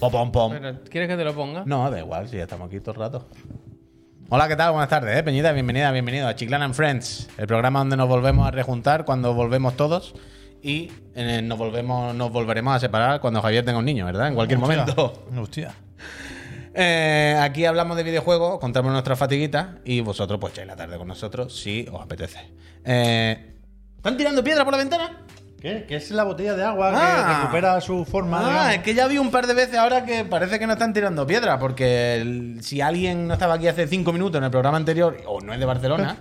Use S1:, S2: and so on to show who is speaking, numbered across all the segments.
S1: Pom, pom, pom.
S2: Bueno, ¿Quieres que te lo ponga?
S1: No, da igual, si ya estamos aquí todo el rato. Hola, ¿qué tal? Buenas tardes, ¿eh? Peñita, bienvenida, bienvenido a Chiclana and Friends, el programa donde nos volvemos a rejuntar cuando volvemos todos y eh, nos, volvemos, nos volveremos a separar cuando Javier tenga un niño, ¿verdad? En cualquier
S3: Hostia.
S1: momento.
S3: Hostia.
S1: Eh, aquí hablamos de videojuegos, contamos nuestras fatiguitas y vosotros pues echáis la tarde con nosotros si os apetece. Eh, ¿Están tirando piedra por la ventana?
S3: ¿Qué? ¿Qué es la botella de agua
S1: Ah.
S3: que recupera su forma?
S1: Ah,
S3: digamos?
S1: es que ya vi un par de veces ahora que parece que no están tirando piedra, porque el- si alguien no estaba aquí hace cinco minutos en el programa anterior, o no es de Barcelona,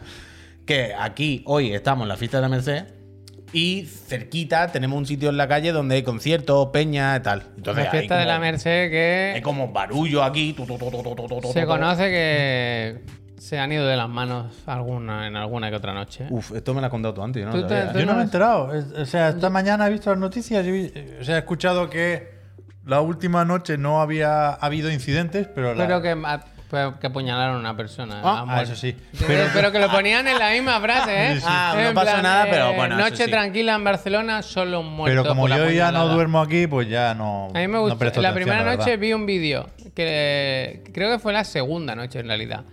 S1: que aquí hoy estamos en la fiesta de la Merced, y cerquita tenemos un sitio en la calle donde hay conciertos, peña y tal. Entonces,
S2: la
S1: hay
S2: fiesta de
S1: como-
S2: la Merced
S1: Hay
S2: que
S1: como barullo aquí. tu, tu, tu, tu, tu, tu, tu, tu,
S2: se
S1: tu.
S2: conoce que se han ido de las manos alguna en alguna que otra noche. ¿eh?
S1: Uf, esto me lo has contado tú antes. Yo no
S2: Tú
S1: lo
S2: te-
S1: sabía,
S2: tú
S1: ¿eh?
S3: Yo no me he
S2: ves?
S3: enterado. Es- O sea, esta mañana he visto las noticias y vi- eh, o sea, he escuchado que la última noche no había habido incidentes, pero la-
S2: Pero que, ma- pues, que apuñalaron a una persona.
S3: Ah,
S2: ha muerto.
S3: eso sí.
S2: Pero, pero que lo ponían en la misma frase, ¿eh?
S3: Sí, sí.
S1: Ah, no
S2: En
S1: pasó nada, pero
S2: eh,
S1: bueno, eso
S2: Noche
S1: sí.
S2: tranquila en Barcelona, solo un muerto.
S3: pero como
S2: por
S3: yo ya no
S2: apuñalada.
S3: duermo aquí, pues ya no.
S2: A mí me
S3: no
S2: gustó.
S3: presto
S2: la
S3: atención,
S2: primera
S3: verdad.
S2: noche vi un vídeo que creo que fue la segunda noche en realidad.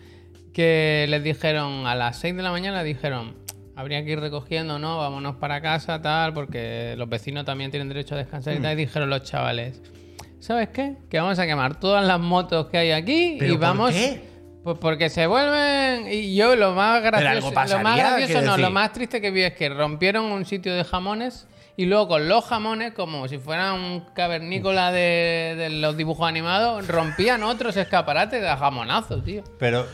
S2: Que les dijeron a las 6 de la mañana, dijeron, habría que ir recogiendo, ¿no? Vámonos para casa, tal, porque los vecinos también tienen derecho a descansar y
S3: Mm.
S2: tal. Y dijeron los chavales, ¿sabes qué? Que vamos a quemar todas las motos que hay aquí
S1: ¿Pero
S2: y
S1: por
S2: vamos...
S1: qué?
S2: Pues porque se vuelven. Y yo lo más gracioso.
S1: algo pasaría,
S2: Lo más gracioso
S1: quiero
S2: no, lo
S1: decir.
S2: más triste que vi es que rompieron un sitio de jamones y luego con los jamones, como si fuera un cavernícola de, de los dibujos animados, rompían otros escaparates de jamonazos, tío.
S3: Pero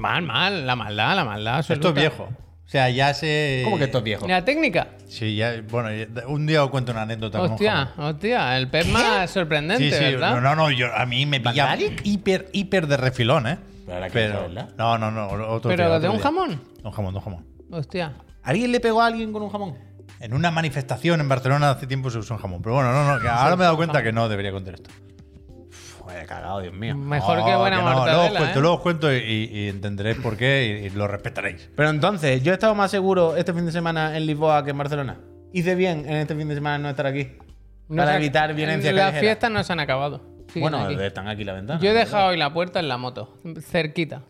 S2: Mal, mal, la maldad, la maldad.
S3: esto
S2: absoluta.
S3: es viejo. O sea, ya se.
S1: ¿Cómo que esto es viejo?
S2: La técnica.
S3: Sí, ya, bueno, ya- un día os cuento una anécdota. con un
S2: Hostia,
S3: jamón.
S2: hostia, el pez más sorprendente,
S3: Sí, sí,
S2: ¿verdad?
S3: no, no, no, yo, a mí me pilla
S1: ¿Vandalic?
S3: hiper, hiper de refilón, ¿eh?
S1: Pero ahora que saberla.
S3: no, no, no, otro
S2: Pero
S3: día,
S2: de
S3: otro
S2: un
S3: día.
S2: jamón.
S3: De un jamón, de un jamón.
S2: Hostia.
S1: ¿Alguien le pegó a alguien con un jamón?
S3: En una manifestación en Barcelona hace tiempo se usó un jamón. Pero bueno, no, no, que ahora me he dado cuenta que no debería contar esto.
S1: Puf, vaya cagado, Dios mío.
S2: Mejor
S3: No,
S2: que buena
S3: no,
S2: mortadela.
S3: Luego os cuento,
S2: ¿eh?
S3: luego os cuento y, y entenderéis por qué y, y lo respetaréis.
S1: Pero entonces, yo he estado más seguro este fin de semana en Lisboa que en Barcelona. Hice bien en este fin de semana no estar aquí.
S2: No
S1: para
S2: se ha-
S1: evitar violencia
S2: Las
S1: callejera.
S2: fiestas no se han acabado. Siguen
S1: Bueno,
S2: aquí.
S1: están aquí la ventana.
S2: Yo he dejado hoy la puerta en la moto, cerquita.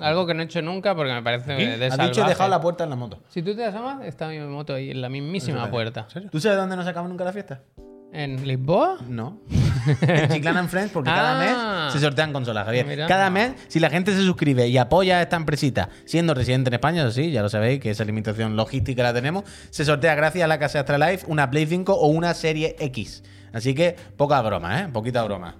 S2: Algo que no he hecho nunca porque me parece
S1: ¿Sí?
S2: eh, de
S1: Has dicho he
S2: salvaje.
S1: dejado la puerta en la moto.
S2: Si tú te asomas, está mi moto ahí, en la mismísima puerta.
S1: ¿Tú sabes dónde no se acaba nunca la fiesta?
S2: ¿En Lisboa?
S1: No. en Chiclana and Friends, porque cada
S2: Ah.
S1: mes se sortean consolas, Javier.
S2: Mira.
S1: Cada mes, si la gente se suscribe y apoya a esta empresita, siendo residente en España, eso sí, ya lo sabéis, que esa limitación logística la tenemos, se sortea gracias a la Casa Astralife una Play 5 o una Serie X. Así que poca broma, ¿eh? Poquita broma.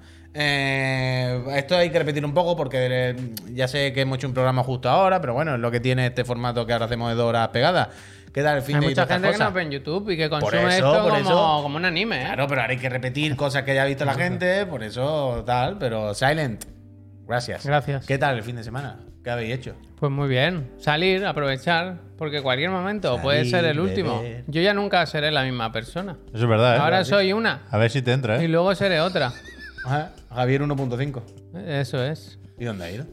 S1: Eh, esto hay que repetir un poco porque eh, ya sé que hemos hecho un programa justo ahora, pero bueno, es lo que tiene este formato que ahora hacemos de dos horas pegadas. ¿Qué tal el fin
S2: Hay
S1: de y
S2: mucha
S1: todas estas
S2: gente que nos
S1: cosas?
S2: ve en YouTube y que
S1: Por
S2: consume
S1: eso,
S2: esto
S1: por
S2: como,
S1: eso.
S2: como un anime, ¿eh?
S1: Claro, pero ahora hay que repetir cosas que haya visto la gente, por eso tal, pero Silent. Gracias.
S2: Gracias.
S1: ¿Qué tal el fin de semana? ¿Qué habéis hecho?
S2: Pues muy bien. Salir, aprovechar, porque cualquier momento puede
S1: Salir,
S2: ser el último.
S1: beber.
S2: Yo ya nunca seré la misma persona.
S3: Eso es verdad, ¿eh?
S2: Ahora soy una
S3: A ver si te entra,
S2: y
S3: ¿eh?
S2: luego seré otra.
S1: Ajá, Javier 1.5.
S2: Eso es.
S1: ¿Y dónde ha ido?
S3: Eh.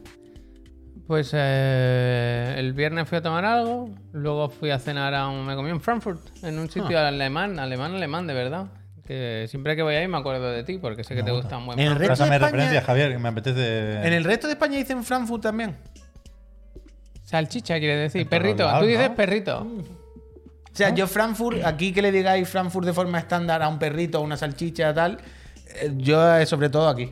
S2: Pues eh, el viernes fui a tomar algo, luego fui a cenar a un... Me comí en Frankfurt, en un sitio
S1: Ah.
S2: alemán, alemán, alemán, de verdad. Que siempre que voy ahí me acuerdo de ti, porque sé que te gusta un buen...
S1: En el
S2: Frankfurt.
S1: resto de
S3: Pásame
S1: España-
S3: referencias, Javier, que me apetece.
S1: En el resto de España dicen Frankfurt también.
S2: Salchicha, quiere decir,
S3: todos
S2: perrito.
S3: lados,
S2: Tú dices
S3: ¿no?
S2: perrito.
S1: Mm. O sea, yo Frankfurt, aquí que le digáis Frankfurt de forma estándar a un perrito, a una salchicha, tal, eh, yo eh, sobre todo aquí.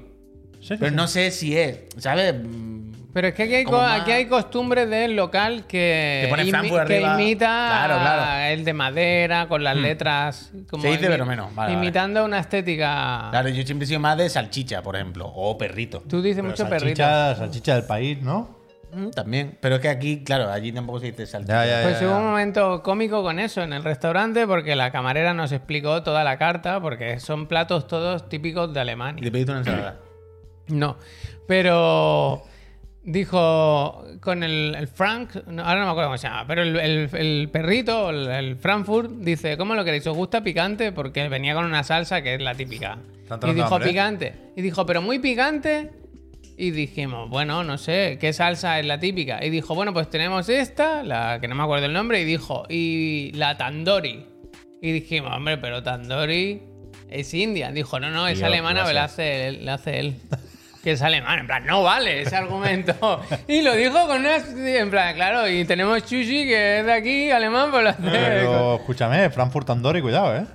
S3: Sí, sí,
S1: Pero
S3: sí.
S1: no sé si es, ¿sabes? Mm,
S2: Pero es que aquí hay,
S1: Como
S2: co-
S1: más-
S2: aquí hay costumbres del local que,
S1: Que pone Frankfurt
S2: que
S1: arriba.
S2: imita
S1: Claro, claro. Mm.
S2: el de madera, con las letras... Como
S1: Se dice,
S2: imi-
S1: pero menos. Vale, vale.
S2: imitando una
S3: Ah.
S2: estética...
S1: Claro, yo siempre he sido más de salchicha, por ejemplo, o perrito.
S2: Tú dices mucho perrito.
S3: salchicha, salchicha del país, ¿no?
S1: Mm, También. Pero es que aquí, claro, allí tampoco se dice salchicha.
S3: Ya, ya,
S2: Pues hubo un momento cómico con eso en el restaurante porque la camarera nos explicó toda la carta porque son platos todos típicos de
S1: Y le
S2: Alemania.
S1: pediste una ensalada.
S2: No, pero dijo con el, el Frank, no, ahora no me acuerdo cómo se llama, pero el, el- el perrito, el, el Frankfurt, dice, ¿cómo lo queréis? ¿Os gusta picante? Porque venía con una salsa que es la típica.
S3: Tanto
S2: Y
S3: no
S2: dijo
S3: hambre, ¿eh?
S2: picante. Y dijo, pero muy picante. Y dijimos, bueno, no sé, ¿qué salsa es la típica? Y dijo, bueno, pues tenemos esta, la que no me acuerdo el nombre, y dijo, y la tandoori. Y dijimos, hombre, pero tandoori Es india. Dijo, no, no, es
S1: Tío,
S2: alemana, pero la hace, él- la hace él. Que es alemana. En plan, no vale ese argumento. Y lo dijo con una. En plan, claro, y tenemos Chuchi, que es de aquí, alemán, pero lo hace.
S3: Pero escúchame, Frankfurt Andorra y cuidado, ¿eh?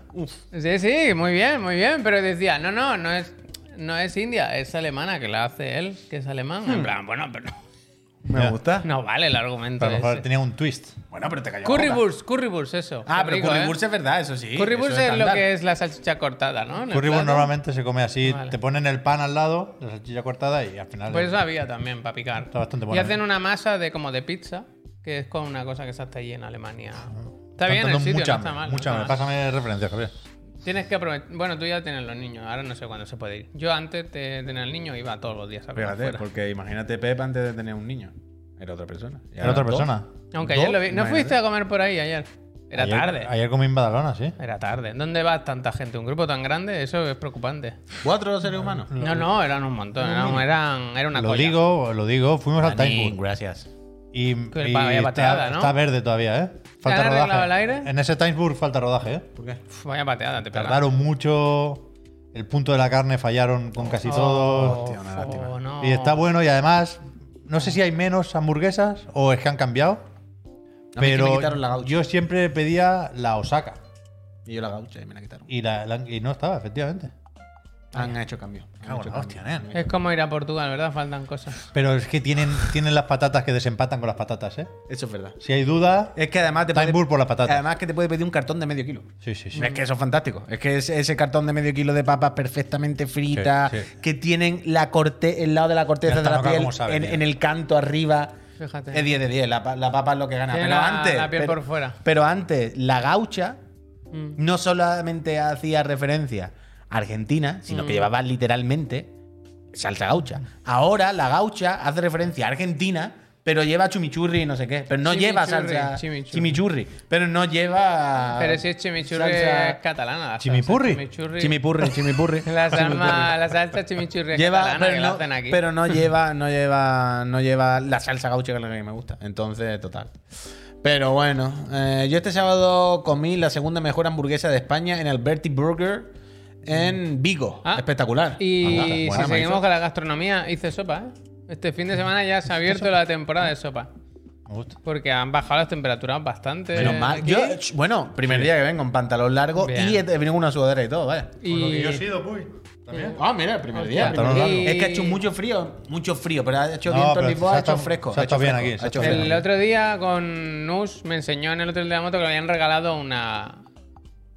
S2: Sí, sí, muy bien, muy bien. Pero decía, no, no, no es, no es india, es alemana, que la hace él, que es alemán.
S3: Hmm.
S2: En plan, bueno, pero
S1: Me
S3: Ya.
S1: gusta.
S2: no vale el argumento.
S3: Pero a lo mejor
S2: ese.
S3: tenía un twist.
S1: Bueno, pero te cayó.
S2: Currywurst, currywurst, eso.
S1: Ah,
S2: Qué
S1: pero
S2: rico,
S1: currywurst
S2: ¿eh?
S1: es verdad, eso sí.
S2: Currywurst
S1: eso
S2: es lo
S1: estándar.
S2: que es la salchicha cortada, ¿no? En el
S3: Currywurst
S2: plato.
S3: normalmente se come así,
S2: Vale.
S3: te ponen el pan al lado, la salchicha cortada y al final...
S2: Pues eso había también para picar.
S3: Está bastante
S2: Y
S3: bueno,
S2: hacen
S3: ¿eh?
S2: una masa de como de pizza, que es con una cosa que se hace allí en Alemania. Está
S3: Están
S2: bien el
S3: dando
S2: sitio,
S3: mucha
S2: no está
S3: hambre,
S2: mal. no
S3: mucha
S2: está mal.
S3: hambre. Pásame referencia, Javier.
S2: Tienes que aprovechar. Bueno, tú ya tienes los niños, ahora no sé cuándo se puede ir. Yo antes de tener el niño iba todos los días a comer
S1: Fíjate,
S2: fuera.
S1: porque imagínate Pepa antes de tener un niño. Era otra persona. Y
S3: Era
S1: ahora
S3: otra
S1: dos.
S3: persona.
S2: Aunque
S1: Dos,
S2: ayer lo vi. ¿No
S1: imagínate.
S2: fuiste a comer por ahí ayer? Era
S3: Ayer-
S2: tarde.
S3: Ayer comí en Badalona, sí.
S2: Era tarde. ¿Dónde va tanta gente? ¿Un grupo tan grande? Eso es preocupante.
S1: Cuatro seres humanos.
S2: No, no, eran un montón. Eran, eran- era una
S3: lo
S2: colla.
S3: digo, lo digo. Fuimos al
S1: Dani,
S3: Timebook.
S1: gracias.
S3: Y,
S2: Que
S3: y
S2: vaya
S3: está,
S2: pateada, ¿no?
S3: está verde todavía, ¿eh? Falta
S2: han arreglado
S3: rodaje.
S2: el aire?
S3: En ese Timesburg falta rodaje, ¿eh?
S1: ¿Por qué?
S2: Uf, vaya pateada, te pegaron.
S3: Tardaron mucho. El punto de la carne fallaron con
S2: Oh.
S3: casi todo.
S1: Hostia, una lástima.
S2: no.
S3: Y está bueno y además, no sé si hay menos hamburguesas o es que han cambiado.
S1: A mí es que me
S3: Pero
S1: quitaron la gaucha.
S3: yo siempre pedía la Osaka.
S1: Y yo la gaucha y me la quitaron.
S3: Y, la, la- y no estaba, efectivamente.
S1: Han hecho cambio. Han
S3: Cago en
S1: hecho cambio.
S3: la hostia, nen.
S2: Es como ir a Portugal, ¿verdad? Faltan cosas.
S3: Pero es que tienen, tienen las patatas que desempatan con las patatas, ¿eh?
S1: Eso es verdad.
S3: Si hay duda,
S1: Es que además te
S3: Timebur por las patatas.
S1: Eh, Además que te puede pedir un cartón de medio kilo.
S3: Sí, sí, sí.
S1: Es que eso es fantástico. Es que ese, ese cartón de medio kilo de papas perfectamente fritas,
S3: Sí, sí.
S1: que tienen la corte, el lado de la corteza de
S3: Ya está,
S1: la
S3: no cabe
S1: piel
S3: como sabe,
S1: en,
S3: tío.
S1: en el canto arriba.
S2: Fíjate.
S1: Es 10 de 10. La, pa- la papa es lo que gana.
S2: Tiene
S1: Pero
S2: la-
S1: antes.
S2: la piel
S1: pero-
S2: por fuera.
S1: Pero antes, la gaucha
S2: Mm.
S1: no solamente hacía referencia a Argentina, sino
S2: Mm.
S1: que llevaba literalmente salsa gaucha. Ahora la gaucha hace referencia a Argentina, pero lleva chimichurri y no sé qué. Pero no lleva
S2: Chimichurri,
S1: salsa
S2: chimichurri.
S1: chimichurri. Pero no lleva.
S2: Pero si es chimichurri
S1: Ah, salsa-
S2: es catalana. la salsa
S3: ¿Chimipurri?
S2: Chimichurri.
S1: Chimipurri, chimipurri.
S2: La, salma, la salsa chimichurri es
S1: lleva,
S2: catalana que
S1: pero
S2: la
S1: no,
S2: hacen aquí.
S1: pero no lleva, no lleva, no lleva la salsa gaucha que es la que me gusta. Entonces, total. Pero bueno, eh, yo este sábado comí la segunda mejor hamburguesa de España en Alberti Burger en Vigo.
S2: Ah.
S1: Espectacular. Anda,
S2: y
S1: buena,
S2: si
S1: maíz.
S2: seguimos con la gastronomía, hice sopa, ¿eh? Este fin de semana ya se ha abierto la temporada de sopa.
S3: Me gusta.
S2: Porque han bajado las temperaturas bastante.
S1: Menos mal.
S2: aquí.
S1: Yo, ch, bueno, primer día que vengo en pantalón largo
S2: eh, Bien.
S1: y he he venido con una sudadera y todo, vaya.
S2: y...
S3: sido, Puy. También.
S1: Ah, mira, el primer
S2: Hostia,
S1: día.
S3: Pantalón
S1: primer día.
S3: largo.
S1: Es que ha hecho mucho frío, mucho frío, pero ha hecho
S3: No,
S1: viento en
S3: pero
S1: Lisboa,
S3: se
S1: ha
S3: ha
S1: hecho
S3: estado-
S1: fresco.
S3: se ha
S1: ha hecho
S3: estado bien
S1: fresco,
S3: aquí, se
S1: ha
S3: ha
S1: hecho
S3: estado
S1: fresco.
S2: El otro día con Nus me enseñó en el hotel de la moto que le habían regalado una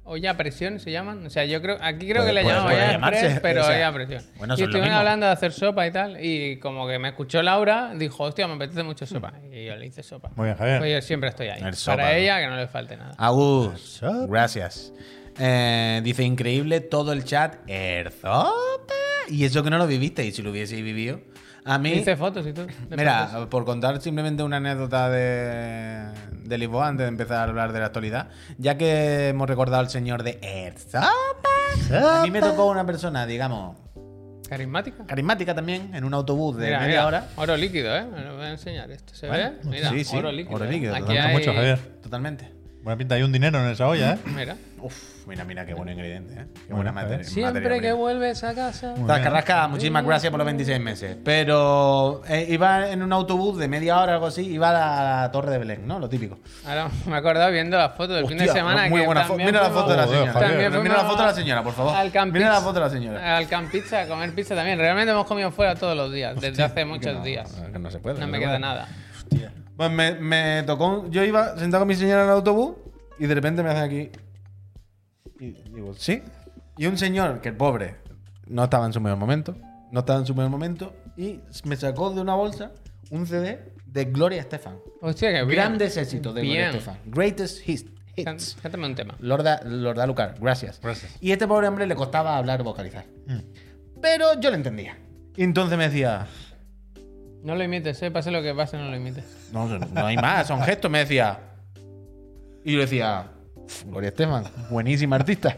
S2: olla a presión, se llaman. O sea, yo creo, aquí creo
S1: Puede-
S2: que le
S1: puede-
S2: llaman
S1: puede
S2: olla
S1: llamarse,
S2: express, pero
S1: o sea,
S2: olla a presión.
S1: bueno,
S2: y
S1: son lo
S2: estuvieron
S1: mismo.
S2: hablando de hacer sopa y tal, y como que me escuchó Laura, dijo, hostia, me apetece mucho sopa.
S1: Mm.
S2: Y yo le hice sopa.
S3: Muy bien, Javier.
S2: Pues yo siempre estoy ahí.
S1: El
S2: Para
S1: sopa, ¿no?
S2: ella, que no le falte nada.
S1: Agus,
S3: Erzop.
S1: gracias. Eh, dice, increíble todo el chat. Erzopa. Y eso que no lo viviste, y si lo hubieseis vivido. A mí,
S2: Hice fotos y todo. de fotos.
S1: mira, por contar simplemente una anécdota de, de Lisboa antes de empezar a hablar de la actualidad, ya que hemos recordado al señor de Erzopa, a mí me tocó una persona, digamos,
S2: Carismática.
S1: carismática también, en un autobús de
S2: Mira,
S1: media
S2: mira,
S1: hora.
S2: Oro líquido, ¿eh? Lo voy a enseñar esto. ¿Se
S1: Vale.
S2: ve? Mira,
S1: Sí, sí,
S2: oro líquido.
S1: oro
S2: ¿eh?
S1: líquido,
S2: Aquí
S1: te
S3: Tanto
S2: hay...
S3: mucho, Javier.
S1: Totalmente.
S3: Buena pinta, hay un dinero en esa olla, ¿eh?
S2: Mira.
S1: Uf, mira, mira, qué buen ingrediente, ¿eh? Qué buena
S3: Bueno, a ver.
S1: materia. materia
S2: Siempre que
S1: prima.
S2: vuelves a casa.
S3: Muy bien.
S1: Rasca, rasca, muchísimas gracias por los 26 meses. Pero eh, iba en un autobús de media hora o algo así, iba a la, Torre de Belén, ¿no? Lo típico.
S2: Ahora me he acordado viendo las fotos del fin de
S1: Hostia,
S2: semana.
S1: muy
S2: que
S1: buena foto.
S2: también
S1: Mira la
S2: fuimos
S1: foto de la
S3: Joder,
S1: señora.
S3: Javier.
S2: También
S1: Mira
S2: fuimos
S1: la foto de la señora, por favor.
S2: Al Ah, Camp
S1: Mira la
S2: Pizza.
S1: foto de la señora.
S2: Al Camp Pizza a comer pizza también. Realmente hemos comido fuera todos los días, desde hace muchos
S1: no,
S2: días.
S1: que no se puede,
S2: No
S1: no
S2: me
S1: se
S2: queda
S1: puede.
S2: nada.
S1: Pues me, me tocó. un- Yo iba sentado con mi señora en el autobús y de repente me hacen aquí. Y digo, ¿sí? Y un señor, que el pobre, no estaba en su mejor momento. No estaba en su mejor momento. Y me sacó de una bolsa un CD de Gloria Estefan.
S2: Hostia, que bien.
S1: Grandes éxitos de Gloria
S2: Bien.
S1: Estefan. Greatest hits.
S2: Cán-
S1: hits.
S2: Cántame un tema.
S1: Lorda, Lorda Lucar, gracias.
S3: Gracias.
S1: Y este pobre hombre le costaba hablar vocalizar. Pero yo lo entendía. Y entonces me decía,
S2: No lo imites, eh. Pase lo que pase, no lo imites.
S1: no, no no hay más, son gestos. Me decía. Y yo le decía, Gloria Estefan, buenísima artista.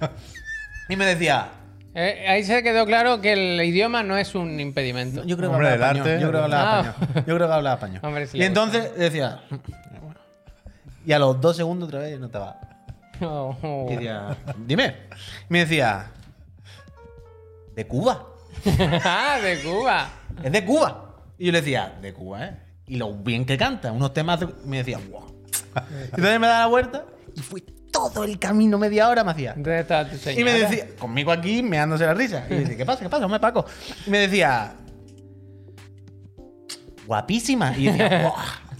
S1: Y me decía,
S2: Eh, ahí se quedó claro que el idioma no es un impedimento.
S1: yo creo que
S3: Hombre
S1: hablaba
S3: del
S1: español.
S3: arte.
S1: Yo creo que hablaba
S2: Ah.
S1: español. Yo creo que hablaba español.
S2: Hombre, sí
S1: y
S2: le
S1: entonces decía, y a
S2: Oh.
S1: los dos segundos otra vez no estaba.
S2: No.
S1: Y decía, dime. Y me decía, de Cuba.
S2: ah, de Cuba.
S1: Es de Cuba. Y yo le decía, de Cuba, ¿eh? Y lo bien que canta, unos temas. de- Me decía, wow. Entonces me daba la vuelta y fue todo el camino, media hora me hacía.
S2: Entonces estaba tu
S1: Y me
S2: señora.
S1: decía, conmigo aquí meándose la risa. Y yo decía, ¿qué pasa? ¿Qué pasa? Hombre, Paco. Y me decía, guapísima. Y, decía, "Guau".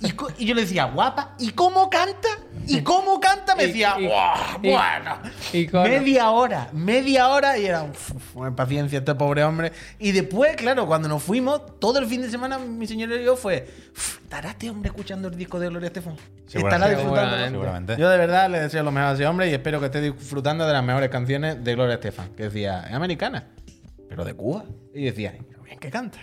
S1: y, co- y yo le decía, guapa. ¿Y cómo canta? ¿Y cómo canta? Me
S2: Y-
S1: decía,
S2: y-
S1: "Guau,
S2: y-
S1: bueno.
S2: y coro.
S1: media hora, media hora. Y era, "Uf, uf, paciencia este pobre hombre. Y después, claro, cuando nos fuimos, todo el fin de semana, mi señora y yo fue, "Uf, ¿estará este hombre escuchando el disco de Gloria Estefan? ¿Estará
S3: Seguramente.
S1: disfrutando?
S3: Seguramente.
S1: Yo de verdad le deseo lo mejor a ese hombre y espero que esté disfrutando de las mejores canciones de Gloria Estefan, que decía, es americana, pero de Cuba. Y decía, "Mira bien que canta.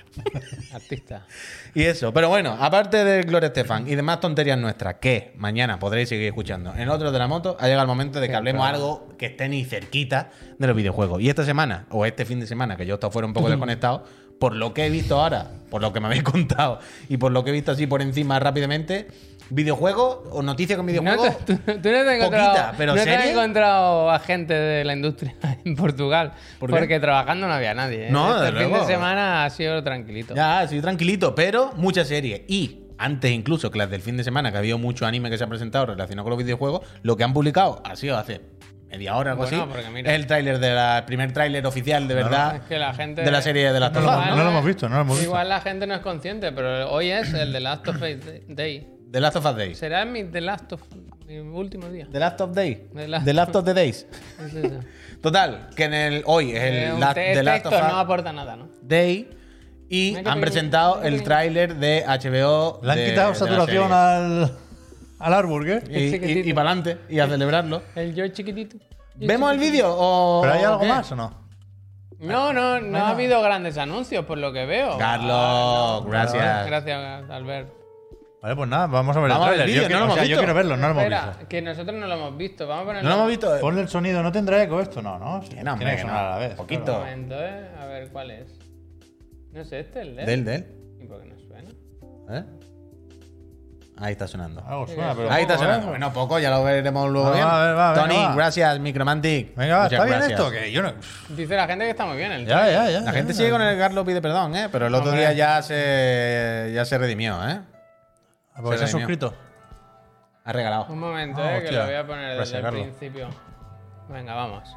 S2: Artista.
S1: Y eso, pero bueno, aparte de Gloria Estefan y demás tonterías nuestras, que mañana podréis seguir escuchando en otro de la moto, ha llegado el momento de que
S2: Sí,
S1: hablemos
S2: claro.
S1: algo que esté ni cerquita de los videojuegos. Y esta semana, o este fin de semana, que yo estaba fuera un poco desconectado, por lo que he visto ahora, por lo que me habéis contado y por lo que he visto así por encima rápidamente, videojuegos o noticias con
S2: No
S1: videojuegos.
S2: te, tú, tú no te has encontrado,
S1: Poquita, pero
S2: no te has
S1: serie.
S2: encontrado a gente de la industria en Portugal.
S1: ¿Por qué?
S2: porque trabajando no había nadie. ¿eh?
S1: No,
S2: este
S1: desde
S2: fin
S1: luego.
S2: de semana ha sido tranquilito.
S1: Ya, sí, tranquilito, pero muchas series. Y antes incluso que las del fin de semana, que ha habido mucho anime que se ha presentado relacionado con los videojuegos, lo que han publicado ha sido hace media hora o algo
S2: Bueno,
S1: así.
S2: porque mira.
S1: Es el tráiler de la, el primer tráiler oficial, de verdad,
S2: Es que la gente.
S1: de la serie de las
S3: No,
S1: Tofas.
S3: no lo hemos visto, no lo hemos visto.
S2: Igual la gente no es consciente, pero hoy es el The Last of Us Day.
S1: De Last of Us Days.
S2: Será mi The Last of mi último día.
S1: The Last of Days.
S2: The Last-
S1: The Last of the Days.
S2: Es eso.
S1: Total, que en el hoy es
S2: Eh,
S1: el
S2: un
S1: last,
S2: te-
S1: The Last
S2: texto
S1: of Us
S2: no aporta nada, ¿no?
S1: Day y
S2: Mira qué
S1: han
S2: pequeño,
S1: presentado
S2: mira qué
S1: el
S2: pequeño.
S1: tráiler de HBO.
S3: Le han
S1: de- de
S3: quitado
S1: la
S3: saturación
S1: serie.
S3: al, al árbol, ¿qué?
S1: Y,
S2: chiquitito.
S1: para adelante, y a celebrarlo.
S2: El yo chiquitito. Yo
S1: ¿Vemos el
S2: chiquitito.
S1: vídeo o.?
S3: ¿Pero hay
S1: o
S3: algo
S1: qué?
S3: más o no?
S2: No, no, no ha habido grandes anuncios por lo que veo.
S1: Carlos, gracias.
S2: Gracias, Albert.
S3: Vale, pues nada, vamos a ver
S1: Vamos a
S3: el
S1: ver el
S3: tráiler.
S1: vídeo,
S3: yo, quiero-
S1: no lo
S3: o sea,
S1: hemos
S3: yo
S1: visto.
S3: quiero verlo, no lo hemos
S2: Espera,
S3: visto.
S2: que nosotros no lo hemos visto. Vamos a
S1: No
S2: ponerlo
S1: lo hemos visto. eh.
S3: Ponle el sonido, no tendrá eco esto, no, ¿no?
S1: Que no, hombre,
S3: Tiene
S1: que
S3: que
S1: no.
S3: sonar a la vez.
S1: Poquito.
S2: un momento, ¿eh? A ver cuál es. No sé, este es el de.
S1: Del, del.
S2: ¿Y por qué no suena?
S1: ¿Eh? Ahí está sonando.
S3: claro. Algo suena, Ah, pero
S1: Ahí está
S3: poco,
S1: sonando.
S3: ¿eh?
S1: Bueno, poco, ya lo veremos luego
S3: Va,
S1: bien.
S3: va, va, venga,
S1: Tony,
S3: va.
S1: gracias, Micromantic.
S3: Venga, va,
S1: Muchas
S3: ¿está bien
S1: gracias.
S3: esto? Que yo no...
S2: Dice la gente que está muy bien el
S3: Ya, ya, ya.
S1: La gente sigue con el Carlos pide perdón, ¿eh? Pero el otro
S2: Hombre.
S1: día ya se, ya se redimió, ¿eh?
S3: Porque se ha
S1: Se redimió.
S3: suscrito.
S1: Ha regalado.
S2: Un momento,
S3: Ah,
S2: eh, que
S3: hostia.
S2: lo voy a poner desde
S1: Gracias,
S2: el
S1: Carlos.
S2: principio. Venga, vamos.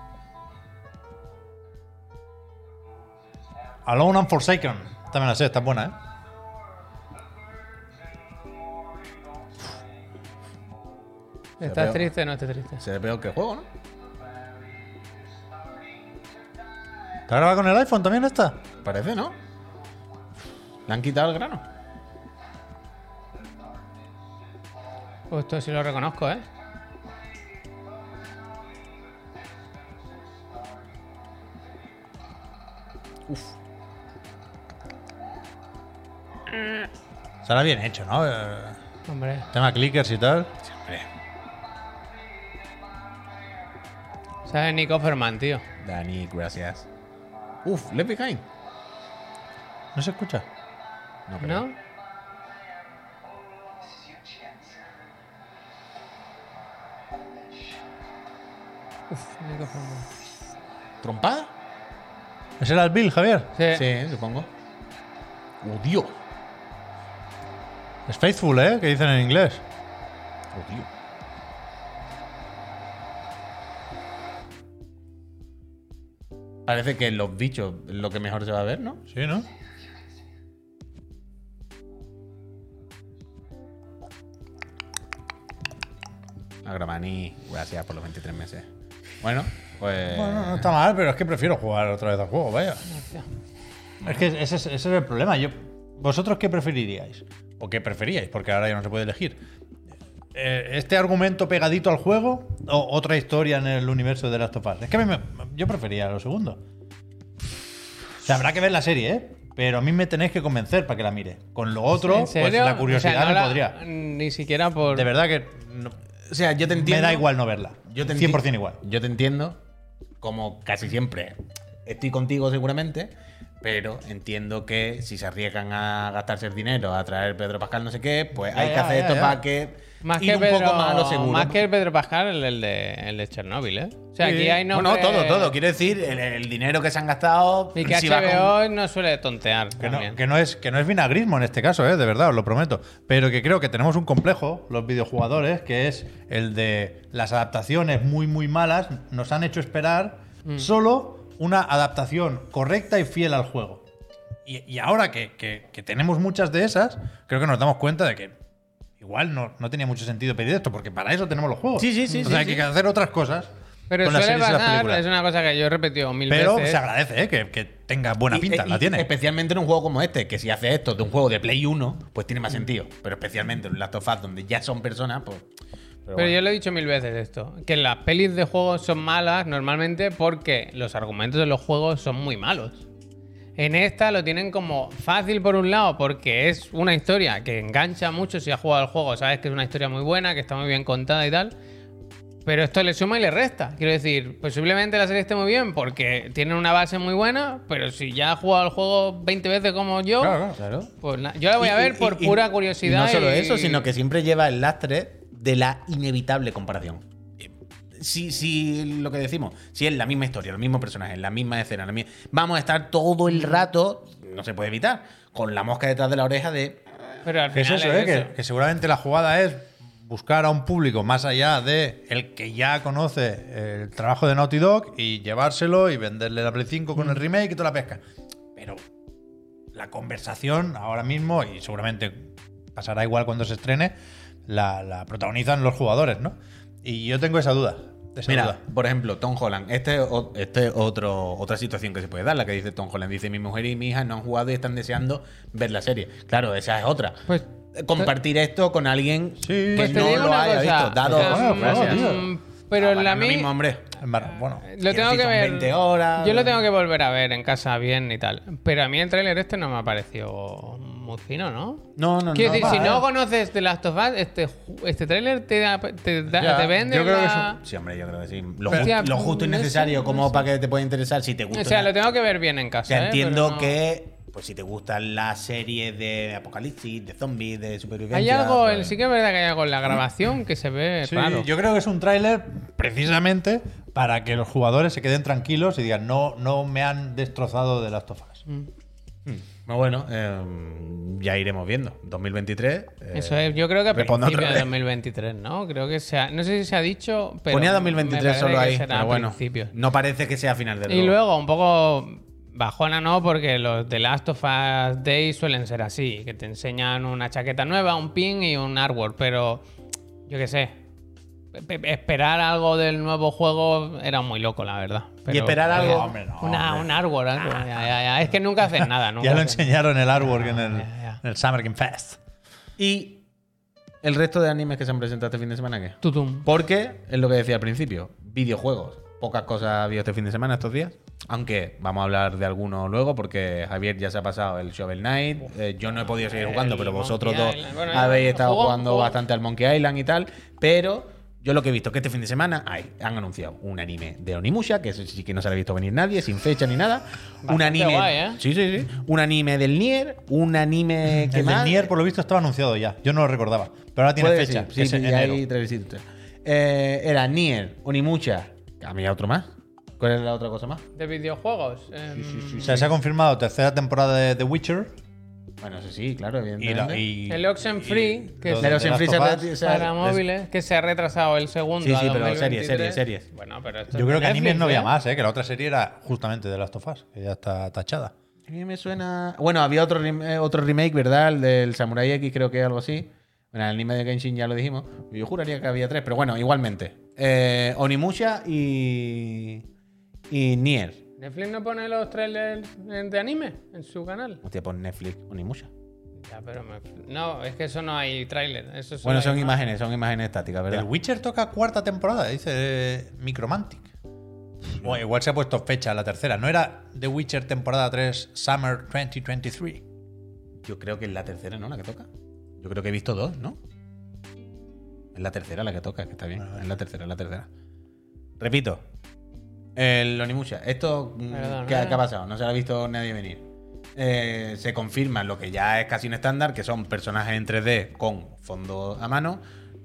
S3: Alone and Forsaken. También la sé, está buena, ¿eh?
S2: ¿Estás
S1: veo.
S2: triste o no estás triste?
S1: Se ve peor que el juego, ¿no?
S3: ¿Está grabada con el iPhone también esta?
S1: Parece, ¿no? Le han quitado el grano.
S2: Pues esto sí lo reconozco, ¿eh?
S3: Será bien hecho, ¿no? Eh,
S2: Hombre.
S3: Tema clickers y tal.
S2: ¿Sabes Nico Ferman, tío?
S1: Dani, gracias. Uf, Left Behind.
S3: No se escucha.
S1: No, creo.
S2: ¿No? Uf, Nico Ferman.
S1: ¿Trompada?
S3: ¿Ese era el Bill, Javier?
S2: Sí.
S1: Sí, supongo. ¡Oh, Dios!
S3: Es Faithful, ¿eh? Que dicen en inglés.
S1: ¡Oh, Dios! Parece que los bichos es lo que mejor se va a ver, ¿no?
S3: Sí, ¿no?
S1: Agramaní, gracias por los 23 meses. Bueno, pues.
S3: Bueno, no está mal, pero es que prefiero jugar otra vez al juego, vaya. Es que ese, es- ese es el problema. Yo, ¿Vosotros qué preferiríais? ¿O qué preferíais? Porque ahora ya no se puede elegir. Eh, ¿Este argumento pegadito al juego o otra historia en el universo de Last of Us? Es que a mí me- yo prefería lo segundo. O sea, habrá que ver la serie, ¿eh? Pero a mí me tenéis que convencer para que la mire. Con lo otro,
S2: ¿En
S3: pues
S2: serio?
S3: la curiosidad
S2: O sea, no
S3: me
S2: la-
S3: podría.
S2: Ni siquiera por.
S3: De verdad que no-
S1: o sea, yo te
S3: me
S1: entiendo.
S3: da igual no verla.
S1: Yo te enti-
S3: 100% igual.
S1: Yo te entiendo, como casi siempre. Estoy contigo seguramente, Pero entiendo que si se arriesgan a gastarse el dinero, a traer Pedro Pascal no sé qué, pues hay
S3: Ya,
S1: que
S3: ya,
S1: hacer
S3: ya,
S1: esto
S3: ya.
S1: para que
S2: Más
S1: ir
S2: que,
S1: un
S2: Pedro,
S1: poco más a lo seguro.
S2: más que el Pedro Pascal, el, el de, el de Chernóbil, ¿eh? O sea,
S3: Sí.
S2: aquí hay
S1: no,
S2: nombres...
S1: no, todo, todo. Quiero decir, el, el dinero que se han gastado.
S2: Y que
S1: si va con-
S2: HBO no suele tontear
S3: Que
S2: también.
S3: no, que, no es, que no es vinagrismo en este caso, ¿eh? de verdad, os lo prometo. Pero que creo que tenemos un complejo, los videojugadores, que es el de las adaptaciones muy, muy malas, nos han hecho esperar solo una adaptación correcta y fiel al juego. Y, y ahora que, que- que tenemos muchas de esas, creo que nos damos cuenta de que igual no, no tenía mucho sentido pedir esto, porque para eso tenemos los juegos.
S1: Sí, sí, sí, sí,
S3: O sea,
S1: sí.
S3: hay que hacer otras cosas.
S2: Pero
S3: con las
S2: suele
S3: series y las
S2: pasar,
S3: películas.
S2: es una cosa que yo he repetido mil
S3: Pero
S2: veces.
S3: se agradece ¿eh? que, que tenga buena
S1: y-
S3: pinta,
S1: y-
S3: la tiene.
S1: Especialmente en un juego como este, que si hace esto de un juego de Play 1, pues tiene
S2: Mm.
S1: más sentido. Pero especialmente en un Last of Us, donde ya son personas, pues.
S2: Pero,
S1: bueno.
S2: yo lo he dicho mil veces esto, que las pelis de juegos son malas normalmente porque los argumentos de los juegos son muy malos. En esta lo tienen como fácil por un lado porque es una historia que engancha mucho si has jugado al juego, sabes que es una historia muy buena, que está muy bien contada y tal. Pero esto le suma y le resta. Quiero decir, posiblemente la serie esté muy bien porque tiene una base muy buena, pero si ya has jugado al juego 20 veces como yo,
S3: Claro, claro.
S1: Claro.
S2: pues na- yo la voy a
S1: Y-
S2: ver
S1: y-
S2: por
S1: y- y-
S2: pura
S1: y
S2: curiosidad.
S1: no solo
S2: y-
S1: eso, sino que siempre lleva el lastre de la inevitable comparación. Eh, Si, si lo que decimos, si es la misma historia, los mismos personajes, la misma escena, la mi- vamos a estar todo el rato, no se puede evitar, con la mosca detrás de la oreja de.
S2: Pero al
S3: Que es
S2: final
S3: eso,
S2: es
S3: ¿eh?
S2: eso.
S3: Que, que seguramente la jugada es buscar a un público más allá de el que ya conoce el trabajo de Naughty Dog y llevárselo y venderle la Play 5 con el
S2: Mm.
S3: remake y toda la pesca. Pero la conversación ahora mismo, y seguramente pasará igual cuando se estrene, la, la protagonizan los jugadores, ¿no? Y yo tengo esa duda. esa duda.
S1: Mira, por ejemplo, Tom Holland. Este o- este otro otra situación que se puede dar, la que dice Tom Holland. Dice, mi mujer y mi hija no han jugado y están deseando ver la serie. Claro, esa es otra.
S2: Pues-
S1: Compartir esto con alguien
S3: Sí.
S1: que
S3: Pues
S2: te
S1: no
S2: digo
S1: lo
S2: una
S1: haya
S2: cosa,
S1: visto. Dado,
S2: o sea,
S3: Bueno, claro,
S2: mm,
S3: tío.
S2: Pero
S1: Ah,
S2: la
S1: vale,
S2: mí
S1: lo mismo, hombre.
S3: Mar- Bueno,
S2: lo tengo
S1: decir,
S2: que
S1: son
S2: ver.
S1: 20 horas.
S2: Yo lo tengo que volver a ver en casa bien y tal. Pero a mí el tráiler este no me ha parecido muy fino, ¿no?
S1: No, no,
S2: Quiero
S1: no.
S2: decir,
S3: va,
S2: si
S3: eh.
S2: no conoces The Last of Us, este, ju- este tráiler te, da- te, da-
S3: Ya,
S2: te vende
S3: yo creo que
S2: la-
S1: Sí, hombre, yo creo que sí. Lo,
S3: Pero-
S1: ju-
S2: Hostia,
S1: lo justo y
S2: no sé,
S1: necesario
S2: no
S1: como para que te pueda interesar si te gusta.
S2: O sea,
S1: una-
S2: lo tengo que ver bien en
S1: O
S2: casa.
S1: sea,
S2: ¿eh? Pero
S1: entiendo
S2: no-
S1: que pues si te gustan las series de apocalipsis, de zombies, de supervivencia.
S2: Hay algo,
S1: pues-
S2: en- sí que es verdad que hay algo en la grabación que se ve
S3: Sí,
S2: raro.
S3: yo creo que es un tráiler precisamente para que los jugadores se queden tranquilos y digan no, no me han destrozado de las tofas.
S1: Mm. Bueno, Ah, bueno, eh, ya iremos viendo. 2023. eh,
S2: Eso es, yo creo que a
S1: responda
S2: principios
S1: otra vez.
S2: de 2023, ¿no? Creo que sea, no sé si se ha dicho, pero
S1: ponía
S2: me
S1: 2023
S2: parece
S1: solo
S2: que
S1: ahí,
S2: será a
S1: pero bueno.
S2: principios.
S1: No parece que sea final del
S2: Y luego un poco bajona, ¿no? Porque los The Last of Us Days suelen ser así, que te enseñan una chaqueta nueva, un pin y un artwork, pero yo qué sé. pe- pe- Esperar algo del nuevo juego era muy loco, la verdad. Pero-
S1: esperar algo-
S2: Oye,
S1: No,
S3: hombre, no,
S2: una,
S3: hombre.
S2: un artwork, algo, ya, ya, ya. es que nunca hacen nada, nunca
S3: Ya lo
S2: hacen-
S3: enseñaron el artwork
S1: Ah,
S3: en el,
S2: ya, ya.
S3: en el Summer Game Fest.
S1: Y el resto de animes que se han presentado este fin de semana, ¿qué?
S2: Tutum.
S1: Porque es lo que decía al principio, videojuegos. Pocas cosas ha habido este fin de semana, estos días. Aunque vamos a hablar de alguno luego, porque Javier ya se ha pasado el Shovel Knight. eh, yo no he podido seguir jugando,
S2: el
S1: pero vosotros
S2: Monkey
S1: dos
S2: Island. Bueno,
S1: habéis
S2: eh,
S1: estado
S2: jugó-
S1: jugando
S2: jugó.
S1: bastante al Monkey Island y tal. Pero yo lo que he visto que este fin de semana hay, han anunciado un anime de Onimusha, que eso sí que no se lo ha visto venir nadie, sin fecha ni nada. un anime.
S2: guay, ¿eh?
S1: Sí, sí, sí. Un anime del Nier, un anime que
S3: El
S1: más.
S3: del Nier, por lo visto, estaba anunciado ya. Yo no lo recordaba. Pero ahora tiene
S1: Puede
S3: fecha.
S1: ser,
S3: que es
S1: sí,
S3: en
S1: ya
S3: enero.
S1: hay tres visitas. Eh, era Nier, Onimucha. Había otro más. ¿Cuál era la otra cosa más?
S2: De videojuegos. em,
S3: O sea, se ha confirmado tercera temporada de The Witcher.
S1: Bueno, eso sí, claro,
S3: Y la-
S1: evidentemente.
S3: y-
S2: El Oxenfree,
S3: y
S2: que
S3: los
S2: se-
S3: de
S1: Pero sin
S3: Last of
S1: Freezer,
S3: Us.
S1: o sea,
S2: para móviles, que se ha retrasado el segundo.
S1: Sí,
S2: a
S1: sí, pero series,
S2: 2023.
S1: series, series.
S2: Bueno, pero esto
S3: Yo creo que
S2: anime
S3: animes no había más, ¿eh? que la otra serie era justamente de Last of Us, que ya está tachada.
S1: A mí me suena. Bueno, había otro, rem- eh, otro remake, ¿verdad? El del Samurai X, creo que algo así. Bueno, el anime de Genshin ya lo dijimos. Yo juraría que había tres, pero bueno, igualmente. Eh, Onimusha y. Y Nier.
S2: ¿eh? ¿Netflix no pone los trailers en- de anime en su canal?
S1: Hostia, pon Netflix, Onimusha.
S2: Ya, pero me- No, es que eso no hay trailer. Eso solo
S1: Bueno,
S2: hay
S1: son
S2: imágenes.
S1: imágenes, son imágenes estáticas,
S3: El
S1: ¿verdad?
S3: Witcher toca cuarta temporada, dice eh, Micromantic. Bueno, igual se ha puesto fecha la tercera. No era The Witcher temporada 3 Summer 2023.
S1: Yo creo que es la tercera, ¿no? La que toca. Yo creo que he visto dos, ¿no? Es la tercera la que toca, que está bien.
S3: Vale, vale.
S1: Es la tercera, es la tercera. Repito. El mm, Onimusha. Esto mm,
S2: Perdón,
S1: ¿qué,
S2: ¿eh?
S1: qué ha pasado? No se lo ha visto nadie venir. eh, se confirma lo que ya es casi un estándar, que son personajes en 3D con fondo a mano.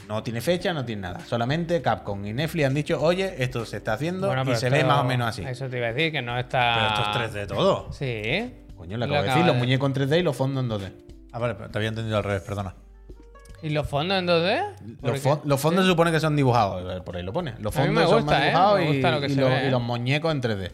S1: No tiene fecha, no tiene nada. Solamente Capcom y Netflix han dicho, oye, esto se está haciendo
S2: Bueno,
S1: y
S2: pero
S1: se
S2: esto-
S1: ve más o menos así.
S2: Eso te iba a decir, que no está.
S3: Pero esto es 3D todo.
S2: Sí.
S1: Coño, le
S2: Lo
S1: acabo de
S2: acaba
S1: decir, los
S2: de-
S1: muñecos en 3D y los fondos en 2D.
S3: Ah, vale, pero te había entendido al revés, perdona.
S2: ¿Y los fondos en 2D? ¿Por
S1: Los,
S2: qué?
S1: fon- los fondos se supone que son dibujados, eh, por ahí lo pone. Los
S2: A mí
S1: fondos
S2: me
S1: son más
S2: gusta, eh,
S1: dibujados
S2: me
S1: y,
S2: gusta lo que
S1: y
S2: se
S1: los,
S2: ve,
S1: y
S2: eh.
S1: los muñecos en 3D.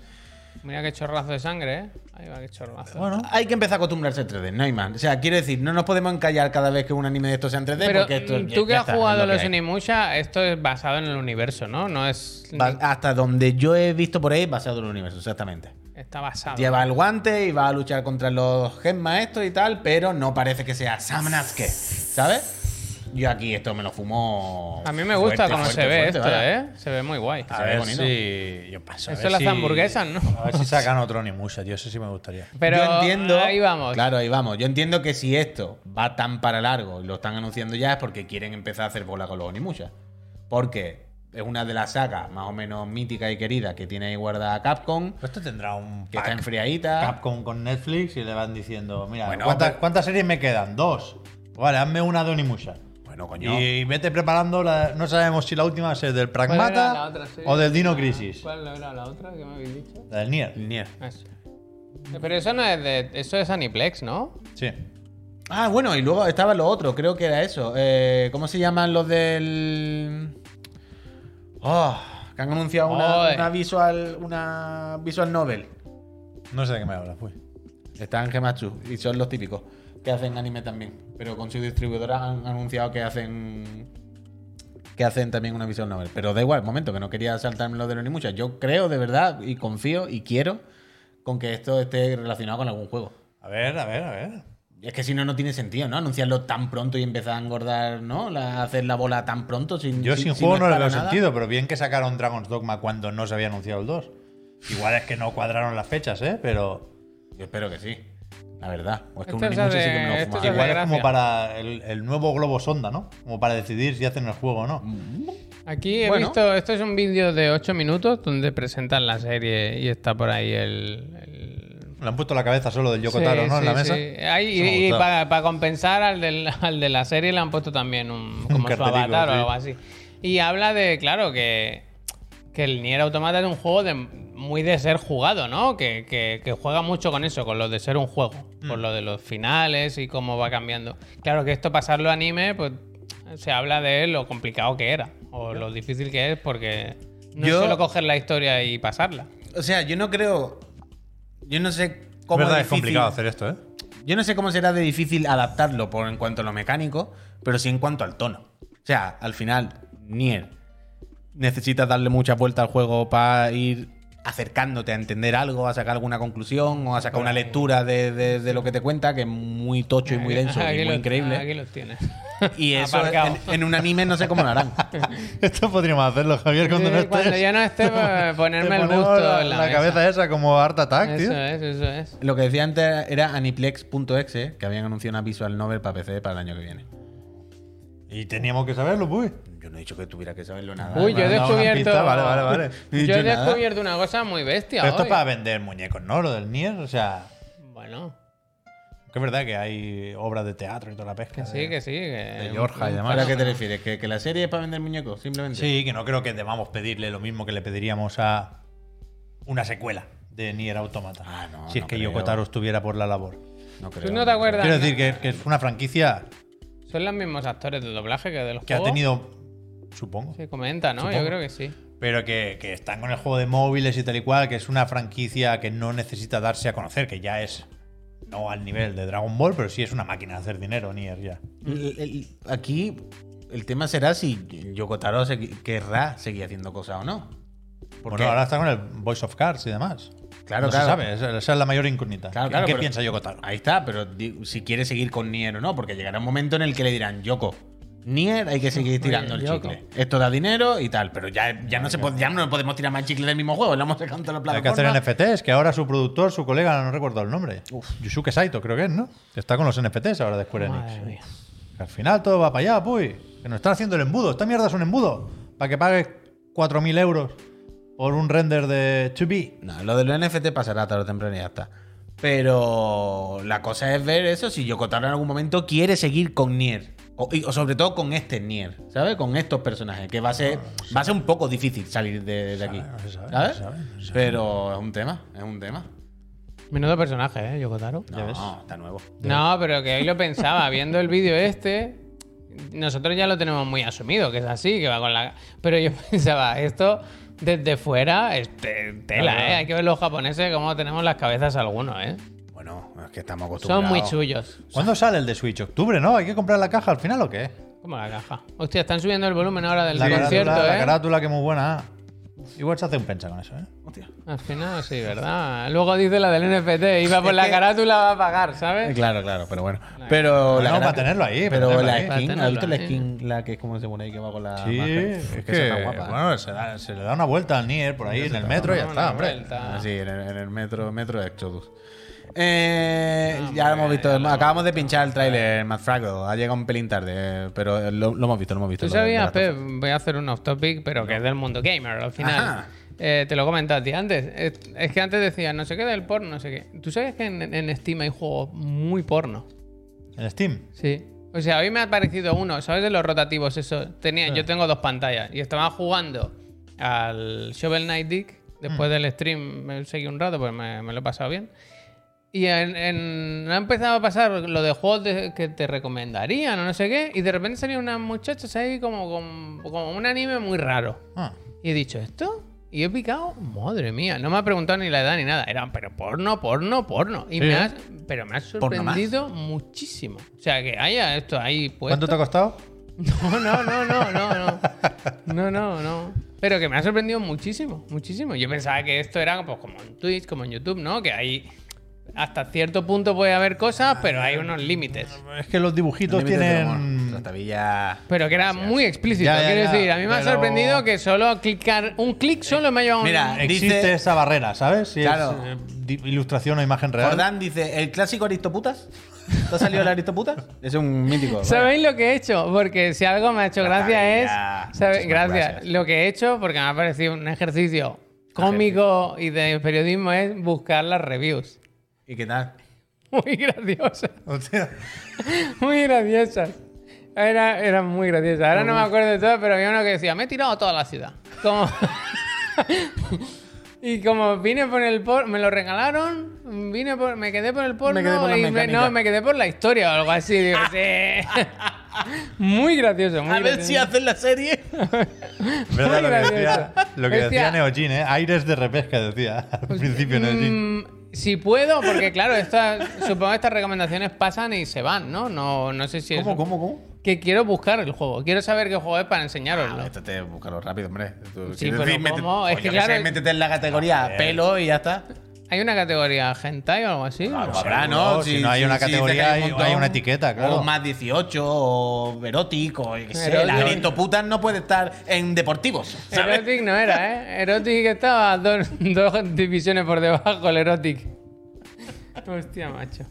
S2: Mira qué chorrazo de sangre, ¿eh? Ahí va, qué chorrazo.
S3: Bueno,
S1: Hay que empezar a acostumbrarse al 3D, no hay más. O sea, quiero decir, no nos podemos encallar cada vez que un anime de estos sea en 3D
S2: Pero
S1: porque esto
S2: mm,
S1: ya-
S2: tú que
S1: ya
S2: has
S1: está, es
S2: jugado
S1: lo que
S2: los
S1: hay.
S2: Onimusha, esto es basado en el universo, ¿no? No es.
S1: Va- hasta donde yo he visto por ahí, basado en el universo, exactamente.
S2: Está basado.
S1: Lleva el guante y va a luchar contra los gemas estos y tal, pero no parece que sea Sam Natsuke, ¿sabes? Yo aquí esto me lo fumo.
S2: A mí me gusta
S1: fuerte,
S2: cómo
S1: fuerte,
S2: se ve
S1: fuerte,
S2: esto,
S1: vaya. Ah,
S2: ¿eh? Se ve muy guay.
S1: se
S3: a
S1: ve
S3: ver
S1: bonito.
S3: si. Yo paso. a
S2: Eso
S3: ver
S2: las
S3: si-
S2: hamburguesas, ¿no?
S3: A ver si sacan otro Onimusha, tío. Eso sí me gustaría.
S2: Pero
S1: yo entiendo.
S2: ahí vamos.
S1: Claro, ahí vamos. Yo entiendo que si esto va tan para largo y lo están anunciando ya es porque quieren empezar a hacer bola con los Onimusha. Porque es una de las sagas más o menos míticas y queridas que tiene ahí guardada Capcom,
S3: Pero Esto tendrá un
S1: que está
S3: pack
S1: enfriadita.
S3: Capcom con Netflix y le van diciendo, mira,
S1: Bueno,
S3: ¿cuántas,
S1: pero-
S3: cuántas series me quedan? Dos. Pues Vale, hazme una de Onimusha.
S1: Bueno, coño.
S3: Y vete preparando, la- no sabemos si la última va a ser del
S2: ¿Cuál era la
S3: Pragmata
S2: otra serie?
S3: o del Dino Crisis.
S2: ¿Cuál era la otra que me habéis dicho?
S3: La del Nier.
S2: Eso. Pero eso no es de. Eso es Aniplex, ¿no?
S3: Sí.
S1: Ah, bueno, y luego estaba lo otro, creo que era eso. Eh, ¿Cómo se llaman los del. Oh, que han anunciado una,
S2: Oy.
S1: una visual. Una visual novel.
S3: No sé de qué me hablas, pues.
S1: Están en Gematsu y son los típicos que hacen anime también. Pero con su distribuidora han anunciado que hacen. Que hacen también una visual novel. Pero da igual, momento, que no quería saltármelo de lo ni mucho. Yo creo de verdad y confío y quiero con que esto esté relacionado con algún juego.
S3: A ver, a ver, a ver.
S1: Es que si no, no tiene sentido, ¿no? Anunciarlo tan pronto y empezar a engordar, ¿no? La- hacer la bola tan pronto sin.
S3: Yo
S1: si-
S3: sin
S1: si
S3: juego
S1: es
S3: no le
S1: para
S3: veo
S1: nada.
S3: sentido, pero bien que sacaron Dragon's Dogma cuando no se había anunciado el 2. Igual es que no cuadraron las fechas, ¿eh? Pero
S1: Yo espero que sí. La verdad. O es que
S2: Esto
S1: un
S2: es
S1: anime sí
S2: de-
S1: que me lo
S2: esto es
S1: fumaba.
S2: de-
S3: igual es
S2: gracia.
S3: como para el, el nuevo globo sonda, ¿no? Como para decidir si hacen el juego o no.
S2: Aquí he
S1: Bueno.
S2: visto, esto es un vídeo de 8 minutos donde presentan la serie y está por ahí el... el-
S3: Le han puesto la cabeza solo del Yoko
S2: Sí,
S3: Taro, ¿no? en
S2: sí,
S3: la
S2: sí.
S3: mesa.
S2: Ahí-
S3: Eso me ha
S2: y
S3: gustado.
S2: para, para compensar al, del- al de la serie le han puesto también un, como su
S3: cartelico,
S2: avatar o
S3: sí.
S2: algo así. Y habla de, claro, que, que el Nier Automata es un juego de, muy de ser jugado, ¿no? Que, que- que juega mucho con eso, con lo de ser un juego, por lo de los finales y cómo va cambiando. Claro que esto pasarlo a anime, pues se habla de lo complicado que era o lo difícil que es porque no es
S1: Yo-
S2: solo coger la historia y pasarla.
S1: O sea, yo no creo. Yo no sé cómo.
S3: verdad, es
S1: difícil-
S3: complicado hacer esto, ¿eh?
S1: Yo no sé cómo será de difícil adaptarlo por en cuanto a lo mecánico, pero sí en cuanto al tono. O sea, al final, Nier, necesitas darle mucha vuelta al juego para ir acercándote a entender algo, a sacar alguna conclusión o a sacar una lectura de, de- de lo que te cuenta, que es muy tocho y muy denso
S2: Aquí
S1: y muy
S2: lo-
S1: increíble.
S2: Aquí los tienes.
S1: Y eso
S2: Aparcado.
S1: en, en un anime no sé cómo lo harán.
S3: Esto podríamos hacerlo, Javier, cuando
S2: Sí,
S3: no estés.
S2: cuando ya no esté, pues,
S3: Te
S2: ponerme el
S3: ponemos
S2: busto
S3: la,
S2: en la,
S3: la
S2: mesa.
S3: cabeza esa como Art Attack, tío.
S2: Eso es, eso es.
S1: Lo que decía antes era Aniplex.exe, que habían anunciado una visual novel para PC para el año que viene.
S3: Y teníamos que saberlo, pues.
S1: Yo no he dicho que tuviera que saberlo nada.
S2: Uy, yo he
S3: me han dado una
S2: descubierto.
S3: pista, vale, vale, vale.
S1: Ni
S2: Yo he
S1: dicho nada.
S2: descubierto una cosa muy bestia.
S3: Pero esto es
S2: hoy.
S3: para vender muñecos, ¿no? Lo del Nier, o sea.
S2: Bueno,
S3: Que es verdad que hay obras de teatro y toda la pesca.
S2: que sí, que sí. Que
S3: de Georgia y demás.
S1: ¿Ahora qué te refieres? ¿Que, que la serie es para vender muñecos? Simplemente.
S3: Sí, que no creo que debamos pedirle lo mismo que le pediríamos a una secuela de Nier Automata.
S1: Ah, no,
S3: si es
S1: no
S3: que
S1: creo.
S3: Yoko Taro estuviera por la labor.
S1: No
S3: Pues
S1: creo.
S2: Tú no te acuerdas.
S3: Quiero decir que, que es una franquicia
S2: Son los mismos actores del doblaje que de los
S3: que ha
S2: juegos.
S3: tenido, supongo,
S2: Se comenta, ¿no?
S3: Supongo.
S2: Yo creo que sí.
S3: pero que, que están con el juego de móviles y tal y cual, que es una franquicia que no necesita darse a conocer, que ya es no al nivel de Dragon Ball, pero sí es una máquina de hacer dinero, Nier ya.
S1: El- el- aquí el tema será si Yoko Taro segui- querrá seguir haciendo cosas o no. Porque
S3: Bueno, ahora está con el Voice of Cards y demás.
S1: Claro,
S3: no
S1: claro.
S3: se sabe, ¿eh? esa, esa es la mayor incógnita.
S1: Claro,
S3: ¿En
S1: claro,
S3: ¿Qué
S1: pero-
S3: piensa Yoko Taro?
S1: ahí está, pero di- si quiere seguir con Nier o no, porque llegará un momento en el que le dirán, Yoko, Nier hay que seguir tirando el
S2: Yoko.
S1: chicle. Esto da dinero y tal, pero ya, ya no se pod- ya no podemos tirar más chicle del mismo juego, lo hemos sacado en todas las
S3: Hay que hacer
S1: plataformas.
S3: NFTs, que ahora su productor, su colega, no recuerdo el nombre. Yusuke Saito, creo que es, ¿no? Está con los NFTs ahora de Square
S2: Madre
S3: Enix.
S2: mía.
S3: Que al final todo va para allá, puy. Que nos están haciendo el embudo. Esta mierda es un embudo. Para que pagues 4.000 euros por un render de 2B.
S1: No, lo de los NFT pasará tarde o temprano y ya está. Pero la cosa es ver eso, si Yokotaro en algún momento quiere seguir con Nier. O, y- o sobre todo con este Nier, ¿sabes? Con estos personajes, que va a ser, va a ser un poco difícil salir de, de aquí.
S3: no Ah, se sabe,
S1: ¿Sabes?
S3: no se sabe, no se sabe.
S1: Pero es un tema, es un tema.
S2: Menudo personaje, ¿eh? Yokotaro.
S1: No, está nuevo.
S2: No, pero que ahí lo pensaba, viendo el vídeo este, nosotros ya lo tenemos muy asumido, que es así, que va con la... Pero yo pensaba, esto desde fuera es te- tela,
S3: Claro.
S2: ¿eh? Hay que ver los japoneses cómo tenemos las cabezas algunos, ¿eh?
S1: Bueno, es que estamos
S2: Son
S1: acostumbrados.
S2: muy chullos.
S3: ¿Cuándo sale el de Switch? ¿Octubre, no? ¿Hay que comprar la caja al final o qué?
S2: Como la caja. Hostia, están subiendo el volumen ahora del
S3: La
S2: concierto,
S3: carátula, la
S2: ¿eh?
S3: carátula que muy buena. Igual se hace un pencha con eso, ¿eh?
S1: Hostia.
S2: Al final, sí, ¿verdad? Luego dice la del NFT, iba por la carátula, va a pagar,
S1: Eh,
S2: ¿sabes?
S1: Claro, claro, pero bueno. Pero
S3: Ah, No,
S1: la
S3: para tenerlo ahí, para
S1: Pero
S3: tenerlo
S1: la
S3: ahí.
S1: skin,
S2: Para
S1: ¿has visto la
S2: tenerlo ahí.
S1: skin? La que es como se pone ahí Ah, que va con la.
S3: Sí,
S1: máscara?
S3: es que,
S1: esa está guapa. ¿eh?
S3: bueno, se, da- se le da una vuelta al Nier por ahí en el metro y ya
S2: Dame
S3: está,
S2: una
S3: hombre.
S2: vuelta.
S1: Ah, Sí, en el, en el metro, metro Exodus. Eh, ya
S2: hombre,
S1: lo hemos visto,
S2: ya
S1: hemos- acabamos de pinchar el tráiler, Matt Fraggle. Ha llegado un pelín tarde, eh, pero lo, lo hemos visto, lo hemos visto.
S2: Tú
S1: lo de- de
S2: sabías,
S1: las tofas.
S2: Pep, voy a hacer un off topic, pero que es del mundo gamer al final.
S1: Ajá.
S2: Eh, te lo comenté a ti antes. Es, es que antes decía, no sé qué del porno, no sé qué. ¿Tú sabes que en, en Steam hay juegos muy porno?
S3: En Steam.
S2: Sí. O sea, a mí me ha parecido uno, ¿sabes de los rotativos? Eso. Tenía, Yo tengo dos pantallas y estaba jugando al Shovel Knight Dick. Después del stream me seguí un rato, pues me, me lo he pasado bien. Y en, en- ha empezado a pasar lo de juegos de- que te recomendarían o no sé qué. Y de repente salían unas muchachas ahí como, como, como un anime muy raro.
S3: Ah,
S2: Y he dicho, ¿esto? Y he picado, madre mía, no me ha preguntado ni la edad ni nada. Eran, pero porno, porno, porno. Y
S3: ¿eh?
S2: me has- pero me ha
S1: Porno más.
S2: sorprendido muchísimo. O sea, que haya esto ahí puesto.
S3: ¿Cuánto te ha costado?
S2: No, no, no, no, no, no. No, no, no. Pero que me ha sorprendido muchísimo, muchísimo. Yo pensaba que esto era pues, como en Twitch, como en YouTube, ¿no? Que hay. Hasta cierto punto puede haber cosas, pero hay unos límites.
S3: Es que los dibujitos
S1: Límites del humor.
S3: tienen.
S1: Trastavilla.
S2: Pero que era muy explícito.
S3: Ya, ya,
S2: Quiero
S3: ya,
S2: decir, a mí me ha
S3: pero-
S2: sorprendido que solo clicar. Un clic solo me ha llevado a un.
S1: Mira,
S3: Existe
S1: Dice-
S3: esa barrera, ¿sabes? Si
S1: Claro.
S3: es eh, di- ilustración o imagen real.
S1: Jordán dice: ¿el clásico Aristoputas? ¿Te ha salido el Aristoputas? Es un mítico.
S2: ¿Sabéis lo que he hecho? Porque si algo me ha hecho gracia es.
S1: Maravilla.
S2: ¿sabe-
S1: Muchísimas
S2: Gracias.
S1: gracias.
S2: Lo que he hecho, porque me ha parecido un ejercicio cómico y de periodismo, es buscar las reviews.
S1: ¿Y qué tal?
S2: Muy graciosas.
S3: Hostia.
S2: Muy graciosas. Era, eran muy graciosas. Ahora no me acuerdo de todo, pero había uno que decía: Me he tirado toda la ciudad. Como. Y como vine por el por, me lo regalaron, vine por, me quedé por el porno
S1: Me quedé por la
S2: y me-
S1: mecánica.
S2: no, me quedé por la historia o algo así, digo, sí. muy gracioso, muy
S1: A ver
S2: gracioso.
S1: si hacen la serie.
S3: ¿Verdad lo que
S2: gracioso.
S3: decía, lo que
S2: Hostia.
S3: decía Neojin, ¿eh? Aires de repesca decía al principio Neojin.
S2: Mm, si puedo, porque claro, estas, supongo que estas recomendaciones pasan y se van, ¿no? No, no sé si es.
S1: ¿Cómo, cómo, cómo?
S2: Que quiero buscar el juego, quiero saber qué juego es para enseñaroslo.
S1: Esto te Ah, búscalo rápido, hombre. Tú-
S2: Sí,
S1: quiero
S2: pero ¿cómo?
S1: métete-
S2: Es que
S1: yo qué sé,
S2: claro- Ah,
S1: métete en la categoría pelo y ya está.
S2: ¿Hay una categoría hentai o algo así?
S1: Claro,
S3: Seguro,
S1: habrá, ¿no?
S3: si no hay una
S1: dice que
S3: categoría,
S1: un
S3: hay-
S1: montón.
S3: hay una etiqueta, claro.
S1: O más 18, o erótico, yo qué sé.
S2: Erótico.
S1: La aliento putas no puede estar en deportivos, ¿sabes?
S2: Erotic no era, ¿eh? Erotic estaba dos, dos divisiones por debajo el Erotic. Hostia, macho.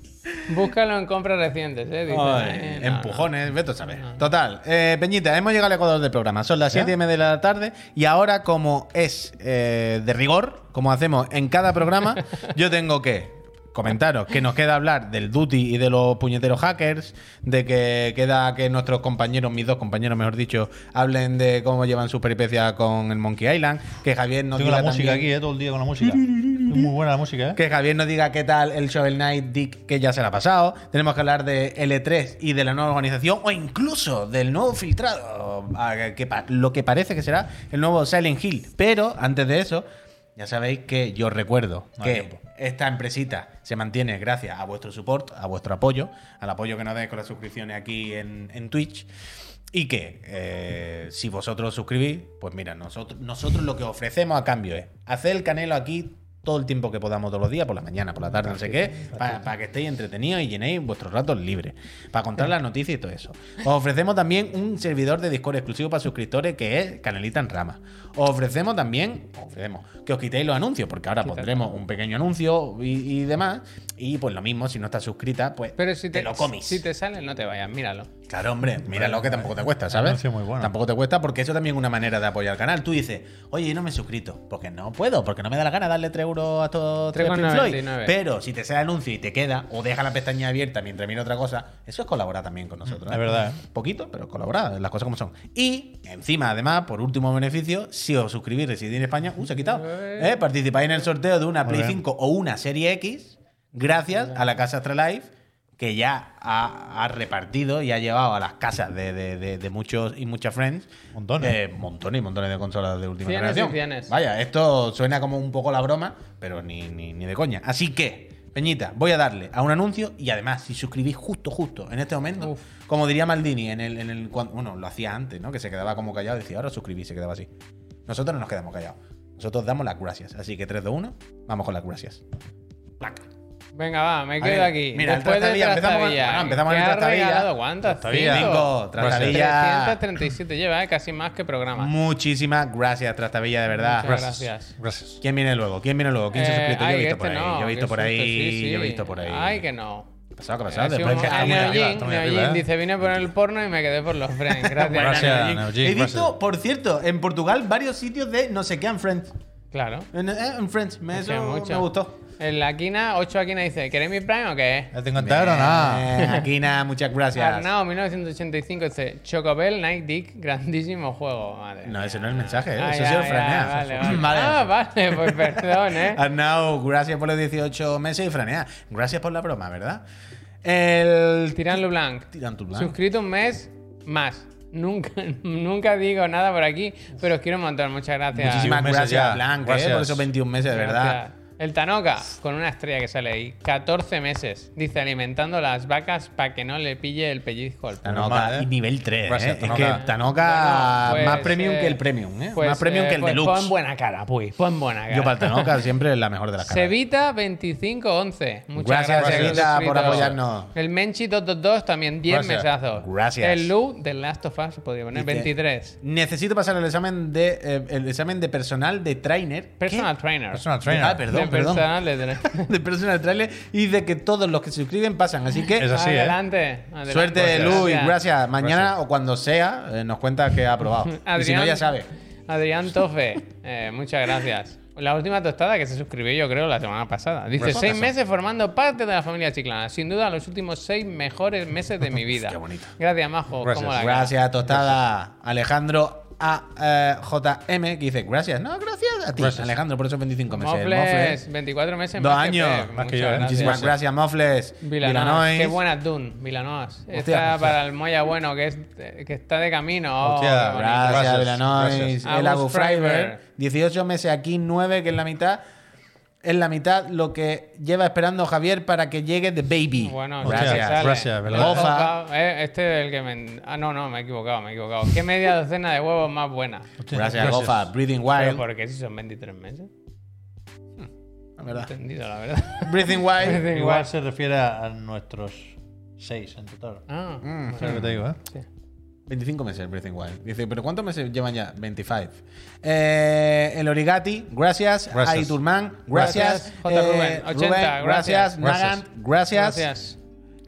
S2: Búscalo en compras recientes, ¿eh? Dice,
S1: Ay,
S2: eh, no,
S1: empujones, vete a saber. Total, eh, Peñita, hemos llegado al ecuador del programa. Son las 7 y media de la tarde y ahora, como es eh, de rigor, como hacemos en cada programa, yo tengo que comentaros que nos queda hablar del duty y de los puñeteros hackers, de que queda que nuestros compañeros, mis dos compañeros, mejor dicho, hablen de cómo llevan su peripecia con el Monkey Island, que Javier nos
S3: Tengo la
S1: diga
S3: música
S1: también-
S3: aquí, ¿eh? Todo el día con la música. Muy buena la música, ¿eh?
S1: que Javier nos diga qué tal el Shovel Knight Dick que ya se la ha pasado. Tenemos que hablar de L3 y de la nueva organización o incluso del nuevo filtrado, a que pa- lo que parece que será el nuevo Silent Hill. Pero antes de eso, ya sabéis que yo recuerdo
S3: No hay
S1: que
S3: tiempo.
S1: esta empresita se mantiene gracias a vuestro support, a vuestro apoyo, al apoyo que nos dais con las suscripciones aquí en, en Twitch. Y que eh, si vosotros os suscribís, pues mira, nosotros, nosotros lo que ofrecemos a cambio es hacer el canelo aquí todo el tiempo que podamos todos los días, por la mañana, por la tarde, no sé qué, para, que estéis entretenidos y llenéis vuestros ratos libres, para contar las noticias y todo eso. Os ofrecemos también un servidor de Discord exclusivo para suscriptores que es Canelita en Rama. Os ofrecemos también, os ofrecemos que os quitéis los anuncios, porque ahora pondremos un pequeño anuncio y, y demás, y pues lo mismo, si no estás suscrita, pues
S2: Pero si te,
S1: lo comis.
S2: si te sale, no te vayas, míralo.
S1: Claro, hombre, míralo que tampoco te cuesta, ¿sabes?
S3: Anuncio muy bueno.
S1: Tampoco te cuesta porque eso también es una manera de apoyar al canal. Tú dices, oye, yo no me he suscrito, porque no puedo, porque no me da la gana darle 3 euros a estos tres Pink Floyd.
S2: 3,99.
S1: Pero si te sale el anuncio y te queda, o deja la pestaña abierta mientras mira otra cosa, eso es colaborar también con nosotros.
S3: Mm, es verdad, ¿eh?
S1: Poquito, pero colaborar, las cosas como son. Y encima, además, por último beneficio, si os suscribís Residir en España, uh, se ha quitado.
S2: Eh.
S1: ¿eh? Participáis en el sorteo de una
S3: Muy
S1: Play
S3: bien.
S1: 5 o una Serie X gracias a la Casa Astralife que ya ha, ha repartido y ha llevado a las casas de, de- de- de muchos y muchas friends
S3: Montones.
S1: eh, montones y montones de consolas de última
S2: Cienes y
S1: generación.
S2: cienes.
S1: Vaya, esto suena como un poco la broma, pero ni, ni- ni de coña. Así que, Peñita, voy a darle a un anuncio y además, si suscribís justo, justo en este momento,
S2: Uf.
S1: como diría Maldini en el, en el cuando, bueno, lo hacía antes, ¿no? Que se quedaba como callado, decía, ahora suscribís, se quedaba así. Nosotros no nos quedamos callados. Nosotros damos las gracias. Así que 3, 2, 1, vamos con las gracias. Placa.
S2: Venga, va, me
S1: A
S2: quedo
S1: ver,
S2: aquí.
S1: mira, el
S2: Después de
S1: Trastevilla, empezamos con-
S2: Trastevilla.
S1: bueno, empezamos con
S2: ¿Qué
S1: el
S2: ha
S1: Trastevilla.
S2: regalado? ¿Cuántas?
S3: Trastevilla.
S2: Cinco.
S1: Bingo, Trastevilla.
S2: 337 lleva, eh, casi más que programa.
S1: Muchísimas gracias, Trastabilla, de Mm, verdad.
S2: Muchas gracias.
S3: Gracias.
S1: ¿Quién viene luego? ¿Quién viene luego? ¿Quién se ha
S2: Eh,
S1: suscrito? Yo
S2: ay,
S1: he visto
S2: este
S1: por ahí.
S2: no,
S1: yo he visto
S2: que
S1: por
S2: susto,
S1: ahí.
S2: sí, sí.
S1: Yo he visto por ahí.
S2: Ay, que no.
S1: ¿Qué ha pasado? ¿Qué ha
S2: Ha
S1: pasado?
S2: sido
S1: Después
S2: un-
S1: que- ah,
S2: Ah,
S1: muy
S2: Neojin,
S1: arriba, está muy
S2: Neojin
S1: arriba, ¿eh?
S2: dice, vine por el porno y me quedé por los friends. Gracias.
S3: Gracias.
S1: Neojin.
S3: Neojin,
S1: He
S3: gracias.
S1: visto, por cierto, en Portugal varios sitios de no sé qué en Friends.
S2: Claro.
S1: En, eh, en Friends, me,
S2: Hace
S1: eso
S2: mucho.
S1: me gustó.
S2: En la quina, 8 Aquina dice, ¿queréis mi Prime o qué?
S3: Ya te encantaron, ah.
S1: Eh, Aquina, muchas gracias.
S2: Arnao 1985 dice, Chocobel Night Dick, grandísimo juego. Madre
S1: No,
S2: mía.
S1: ese no es el mensaje, ¿eh?
S2: Ah,
S1: eso
S2: ya,
S1: ha sido
S2: ya,
S1: franea.
S2: Vale, vale. Ah, vale, pues perdón, ¿eh?
S1: Arnau, Ah, gracias por los 18 meses y franea. Gracias por la broma, ¿verdad? El.
S2: Tiran Leblanc.
S1: Tiran tu plan.
S2: Suscrito un mes más. Nunca, nunca digo nada por aquí, pero os quiero un montón. Muchas gracias.
S1: Muchísimas
S3: 21
S1: gracias,
S3: meses ya.
S1: Blanc, ¿eh?
S3: Gracias.
S1: por esos 21 meses, de
S2: Gracias.
S1: verdad.
S2: El Tanoka, con una estrella que sale ahí, 14 meses. Dice alimentando las vacas para que no le pille el pellizco al
S1: Tanoka,
S2: perro.
S3: Normal, ¿eh?
S1: y nivel 3.
S3: Gracias,
S1: Es que
S3: Tanoka.
S1: Tanoka,
S2: Bueno,
S1: más
S2: pues,
S1: premium
S2: eh,
S1: que el premium, ¿eh?
S2: Pues,
S1: más premium
S2: eh,
S1: que el
S2: pues
S1: deluxe.
S2: Pon buena cara, pues. Pon buena cara.
S1: Yo para el Tanoka siempre es la mejor de las caras.
S2: Sevita 2511. Muchas
S1: Gracias,
S2: gracias,
S1: Sevita, por
S2: suscrito.
S1: apoyarnos.
S2: El Menchi 222 también 10
S3: Gracias.
S2: mesazos.
S1: Gracias.
S2: El Lu del Last of Us podría poner
S1: Dice,
S2: 23.
S1: Necesito pasar el examen de eh, el examen de personal de trainer. ¿Qué?
S2: Personal trainer.
S3: Personal
S1: Ah,
S3: trainer.
S1: perdón,
S2: De
S1: perdón.
S2: personal de trainer.
S1: de personal trainer y de que todos los que se suscriben pasan. Así que ah,
S3: Es así, ¿eh?
S2: adelante, adelante.
S1: suerte, Lu, y gracias. Mañana
S3: Gracias.
S1: o cuando sea, eh, nos cuenta que ha aprobado. y si no, ya sabe.
S2: Adrián Tofe, eh, muchas gracias. La última tostada que se suscribió, yo creo, la semana pasada. Dice:
S3: Gracias.
S2: Seis meses formando parte de la familia chiclana. Sin duda, los últimos seis mejores meses de mi vida.
S1: Qué bonito.
S2: Gracias, Majo.
S3: Gracias.
S2: ¿Cómo la
S1: Gracias, Tostada. Alejandro AJM que dice gracias. No, gracias a ti,
S3: Gracias.
S1: Alejandro, por esos 25 meses.
S2: Mofles, 24 meses
S1: Dos
S2: más
S1: años.
S2: que Pep.
S1: Más
S3: que
S2: Muchas
S3: yo, ¿eh?
S2: gracias.
S1: Muchísimas gracias, Mofles.
S2: Vilanoas.
S1: Vilanois.
S2: Qué buena Dune, Vilanoas.
S1: Hostia,
S2: Está para el Moya Bueno, que, es, que está de camino. Oh,
S3: Hostia,
S2: qué bonito.
S1: Gracias,
S3: Gracias,
S1: Vilanois.
S3: gracias.
S1: El Abu
S2: Agus Freiber.
S1: Freiber. 18 meses aquí, 9, que es la mitad. Es la mitad lo que lleva esperando Javier para que llegue The Baby.
S2: Bueno,
S3: Hostia,
S2: ya se sale.
S3: gracias, ¿verdad?
S2: Le he
S1: Ofa.
S2: tocado- eh, este es el que me. Ah, no, no, me he equivocado, me he equivocado. ¿Qué media docena de huevos más buena?
S1: Gracias, Gofa. Breathing
S2: Pero
S1: Wild.
S2: ¿Por qué si son 23 meses?
S1: La verdad.
S2: Entendido, la verdad.
S1: Breathing Wild.
S2: Breathing
S3: Igual
S2: Wild.
S3: se refiere a nuestros seis en total.
S1: Mm.
S2: Ah,
S3: Es lo que te digo, ¿eh?
S2: sí.
S1: 25 meses Breathing Wild. Dice, ¿pero cuántos meses llevan ya? 25. Eh, el Origati, gracias.
S3: Gracias.
S1: Aiturman, gracias. Eh,
S2: Gracias. J. Rubén, 80,
S1: gracias.
S2: gracias.
S1: Nagant, gracias.
S2: Gracias.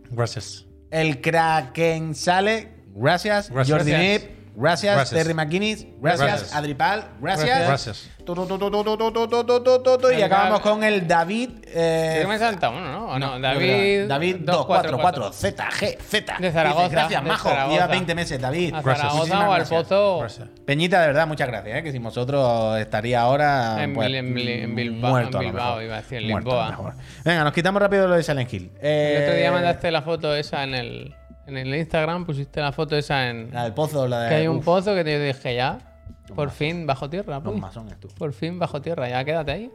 S3: Gracias.
S1: El Kraken Sale, gracias.
S3: Gracias.
S1: Jordi
S2: Gracias.
S1: Nip, gracias.
S3: Gracias.
S1: Terry McGuinness, gracias.
S3: Gracias.
S1: Adripal, gracias.
S3: Gracias.
S1: Tu, tu, tu, tu, tu, tu, tu, tu, tu, tu, tu, tu. Y
S2: Adripal.
S1: acabamos con el David. eh,
S2: Creo que me he saltado uno, ¿no? ¿O no?
S1: David,
S2: David.
S1: 244 ZG Z.
S2: De Zaragoza,
S1: Dice, gracias,
S2: de
S1: Majo.
S2: Zaragoza.
S1: Lleva 20 meses, David.
S2: A
S3: Gracias.
S2: Zaragoza
S1: Muchísimas
S2: o al
S1: gracias.
S2: Pozo.
S3: Gracias.
S1: Peñita, de verdad, muchas gracias. ¿eh? Que sin vosotros estaría ahora pues,
S2: En Bil- en Bil- en Bilbao-
S1: muerto, a
S2: en
S1: lo
S2: Bilbao,
S1: mejor.
S2: iba a decir, en
S1: Muerto, a lo
S2: Lisboa.
S1: mejor. Venga, nos quitamos rápido lo de Silent Hill.
S2: El otro
S1: Eh,
S2: día mandaste la foto esa en el, en el Instagram, pusiste la foto esa en.
S1: La del pozo, la de.
S2: Que hay un
S1: Uf,
S2: pozo que te dije ya. Por fin bajo tierra,
S1: los
S2: pues.
S1: masones, tú.
S2: Por fin bajo tierra, ya quédate ahí.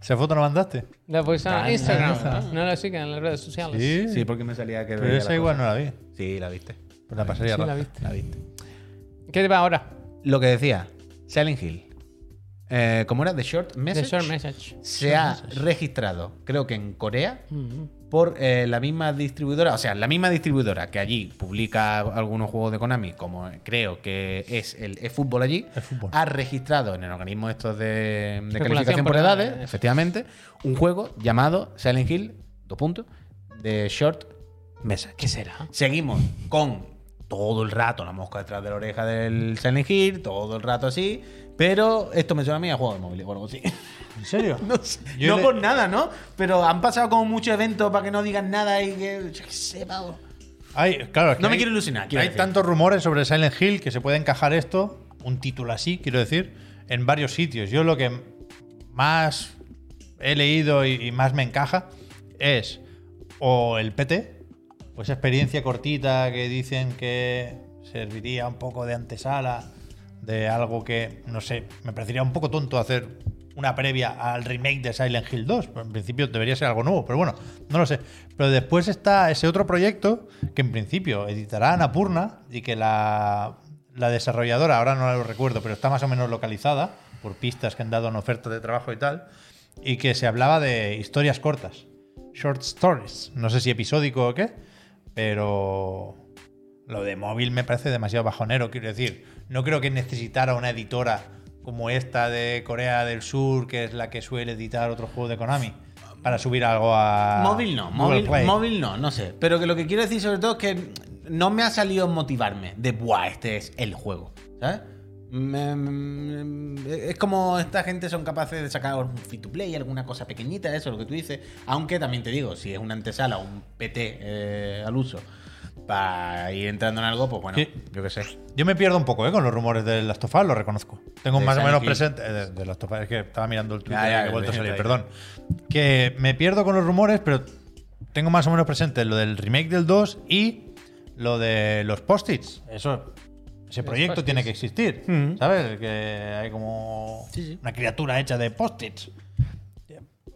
S3: ¿Esa foto no mandaste?
S2: La puse
S1: Caña.
S2: a Instagram. No lo siguen en las redes sociales.
S1: Sí, porque me salía que.
S3: Pero
S1: veía
S3: esa
S1: la
S3: igual
S1: cosa.
S3: no la vi.
S1: Sí, la viste.
S3: Pues la pasaría
S2: Sí, la
S3: rápido.
S2: viste.
S1: La viste.
S2: ¿Qué te va ahora?
S1: Lo que decía, Silent Hill. Eh, ¿Cómo era? The Short
S2: The
S1: Message.
S2: short message.
S1: se ha registrado, creo que en Corea,
S2: Mm-hmm.
S1: por eh, la misma distribuidora, o sea, la misma distribuidora que allí publica algunos juegos de Konami, como creo que es el eFootball allí,
S3: eFootball.
S1: ha registrado en el organismo estos de, de
S2: Regulación
S1: calificación por
S2: por
S1: edades,
S2: edades.
S1: efectivamente, un juego llamado Silent Hill, dos puntos, de Short Message.
S2: ¿Qué será?
S1: Seguimos con todo el rato la mosca detrás de la oreja del Silent Hill, todo el rato así, pero esto me suena a mí a juego de móviles o algo así.
S3: ¿En serio?
S1: No, sé,
S3: Yo
S1: no
S3: le-
S1: por nada, ¿no? Pero han pasado como muchos eventos para que no digan nada y que. Yo qué sé, pavo.
S3: Hay- claro, es que
S1: No me
S3: hay-
S1: quiero ilusionar, quiero
S3: Hay
S1: decir.
S3: tantos rumores sobre Silent Hill que se puede encajar esto, un título así, quiero decir, en varios sitios. Yo lo que más he leído y, y más me encaja es o el PT, o esa Pues experiencia cortita que dicen que serviría un poco de antesala de algo que, no sé, me parecería un poco tonto hacer una previa al remake de Silent Hill 2. En principio debería ser algo nuevo, pero bueno, no lo sé. Pero después está ese otro proyecto que en principio editará Anapurna y que la, la desarrolladora, ahora no lo recuerdo, pero está más o menos localizada por pistas que han dado en ofertas de trabajo y tal, y que se hablaba de historias cortas short stories. No sé si episódico o qué, pero lo de móvil me parece demasiado bajonero. Quiero decir, no creo que necesitara una editora como esta de Corea del Sur, que es la que suele editar otros juegos de Konami, para subir algo a.
S1: Móvil no,
S3: Ah, Google
S1: móvil,
S3: Play.
S1: móvil no, no sé. Pero que lo que quiero decir sobre todo es que no me ha salido motivarme de, buah, este es el juego, ¿sabes? Me- me- me- Es como esta gente son capaces de sacar un free to play, alguna cosa pequeñita, eso, lo que tú dices. Aunque también te digo, si es una antesala o un PT eh, al uso para ir entrando en algo, pues bueno,
S3: Sí.
S1: yo qué sé.
S3: Yo me pierdo un poco ¿eh? con los rumores del Last of Us, lo reconozco. Tengo
S1: De
S3: más o
S1: Silent
S3: menos
S1: Hill.
S3: presente. eh, de, de Last of Us, es que estaba mirando el Twitter
S1: Ya, ya,
S3: y he vuelto a
S1: el-
S3: salir,
S1: ahí.
S3: perdón. Que me pierdo con los rumores, pero tengo más o menos presente lo del remake del 2 y lo de los post-its. Eso. Ese proyecto
S2: post-its.
S3: tiene que existir.
S1: Mm.
S3: ¿Sabes? Que hay como
S1: Sí, sí.
S3: una criatura hecha de post-its.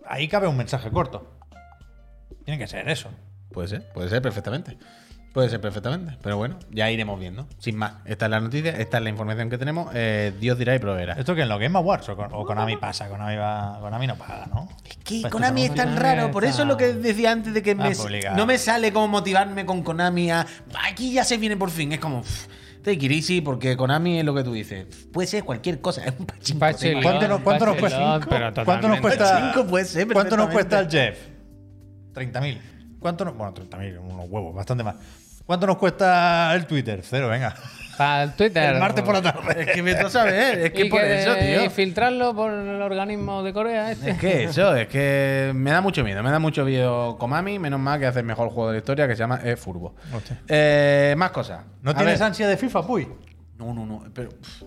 S3: Ahí cabe un mensaje corto. Tiene que ser eso.
S1: Puede ser, puede ser perfectamente. Puede ser perfectamente. Pero bueno, ya iremos viendo. Sin más, esta es la noticia, esta es la información que tenemos. eh, Dios dirá y proveerá.
S3: Esto que en los Game Awards o, con- o Konami pasa, Konami, va, Konami no paga, ¿no?
S1: Es que
S3: Pues
S1: Konami
S3: esto
S1: es
S3: no-
S1: tan
S2: Konami
S1: raro,
S2: está-
S1: por eso es lo que decía antes de que
S3: Está
S1: me-
S3: obligado.
S1: no me sale como motivarme con Konami a. Aquí ya se viene por fin, es como. pff, Take it easy, porque Konami es lo que tú dices. Puede ser cualquier cosa, es un pachinko.
S2: Pachinko.
S1: te
S3: ¿Cuánto,
S1: imaginas.
S3: nos- cuánto nos cuesta?
S2: Pachinko, pero
S3: ¿Cuánto nos
S2: totalmente.
S3: cuesta?
S1: Pachinko puede ser
S3: ¿Cuánto nos
S1: perfectamente.
S3: cuesta el Jeff? 30.000. ¿Cuánto nos, bueno, 30.000, unos huevos, bastante más. ¿Cuánto nos cuesta el Twitter? Cero, venga.
S2: Para el Twitter.
S3: El martes por la
S1: Es
S3: tarde.
S1: que me toca saber, es que
S2: Y
S1: por
S2: que
S1: eso,
S2: Y
S1: tío.
S2: filtrarlo por el organismo de Corea este.
S1: Es que eso, es que me da mucho miedo, me da mucho miedo Konami, menos mal que hace el mejor juego de la historia que se llama E Furbo.
S3: Hostia.
S1: Eh, más cosas.
S3: ¿No
S1: A
S3: tienes
S1: ver.
S3: ansia de FIFA, Puy?
S1: No, no, no, pero. pff,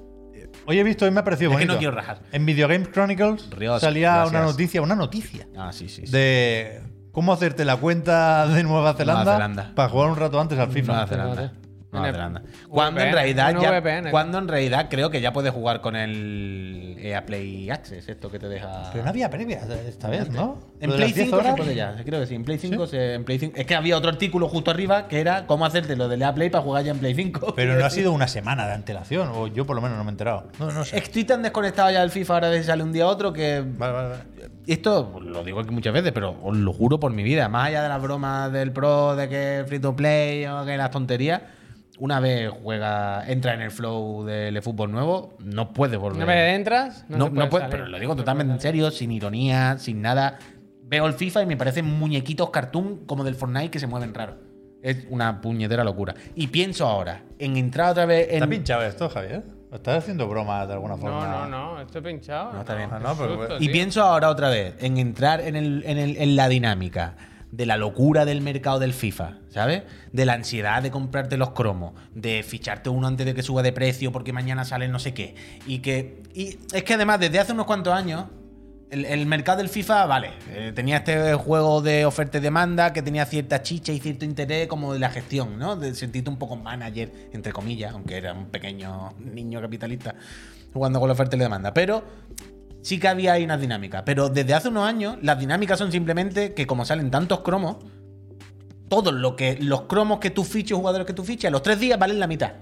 S3: Hoy he visto, hoy me ha parecido
S1: Es que
S3: bonito.
S1: no quiero rajar.
S3: En Video Games Chronicles
S1: Dios,
S3: salía una
S1: gracias.
S3: noticia, una noticia,
S1: Ah, sí, sí. sí.
S3: de cómo hacerte la cuenta de Nueva Zelanda,
S1: Zelanda.
S3: para jugar un rato antes al FIFA.
S1: Nueva Zelanda.
S2: Fíjate.
S1: Nueva
S2: En el-
S1: Zelanda. Cuando en
S2: VPN,
S1: realidad
S2: un
S1: ya-
S2: VPN.
S1: cuando en realidad creo que ya puedes jugar con el EA Play Access, esto que te deja.
S3: Pero no había previa esta vez, ¿no?
S1: En
S3: Lo de
S1: Play
S3: las 10
S1: 5 se
S3: horas.
S1: puede ya, creo que sí. En Play 5 se- en Play 5 Es que había otro artículo justo arriba que era cómo hacerte lo del EA Play para jugar ya en Play 5.
S3: Pero no ha sido una semana de antelación, o yo por lo menos no me he enterado. No, no sé.
S1: Estoy tan desconectado ya del FIFA ahora de si sale un día a otro que
S3: Vale, vale, vale.
S1: Esto lo digo aquí muchas veces, pero os lo juro por mi vida. Más allá de las bromas del pro, de que free to play o que las tonterías, una vez juega, entra en el flow del fútbol nuevo, no puede volver.
S2: Una vez entras, no,
S1: No-
S2: se puede
S1: no puede-
S2: salir.
S1: pero lo digo totalmente en serio, sin ironía, sin nada. Veo el FIFA y me parecen muñequitos cartoon como del Fortnite que se mueven raros. Es una puñetera locura. Y pienso ahora en entrar otra vez
S3: ¿Está
S1: en.
S3: pinchado esto, Javier? ¿O estás haciendo broma de alguna forma?
S2: No, no, no, estoy pinchado.
S1: No, está bien.
S3: Ah, no,
S2: qué
S3: pero-
S2: susto,
S1: Y
S2: tío.
S1: pienso ahora otra vez en entrar en, el- en el- en la dinámica de la locura del mercado del FIFA, ¿sabes? De la ansiedad de comprarte los cromos, de ficharte uno antes de que suba de precio porque mañana sale no sé qué. Y que. Y es que además, desde hace unos cuantos años. El, el mercado del FIFA, vale, eh, tenía este juego de oferta y demanda que tenía cierta chicha y cierto interés como de la gestión, ¿no? De sentirte un poco manager, entre comillas, aunque era un pequeño niño capitalista jugando con la oferta y la demanda. Pero sí que había ahí una dinámica. Pero desde hace unos años, las dinámicas son simplemente que, como salen tantos cromos, todos lo que, los cromos que tú fiches, jugadores que tú fiches, a los tres días valen la mitad.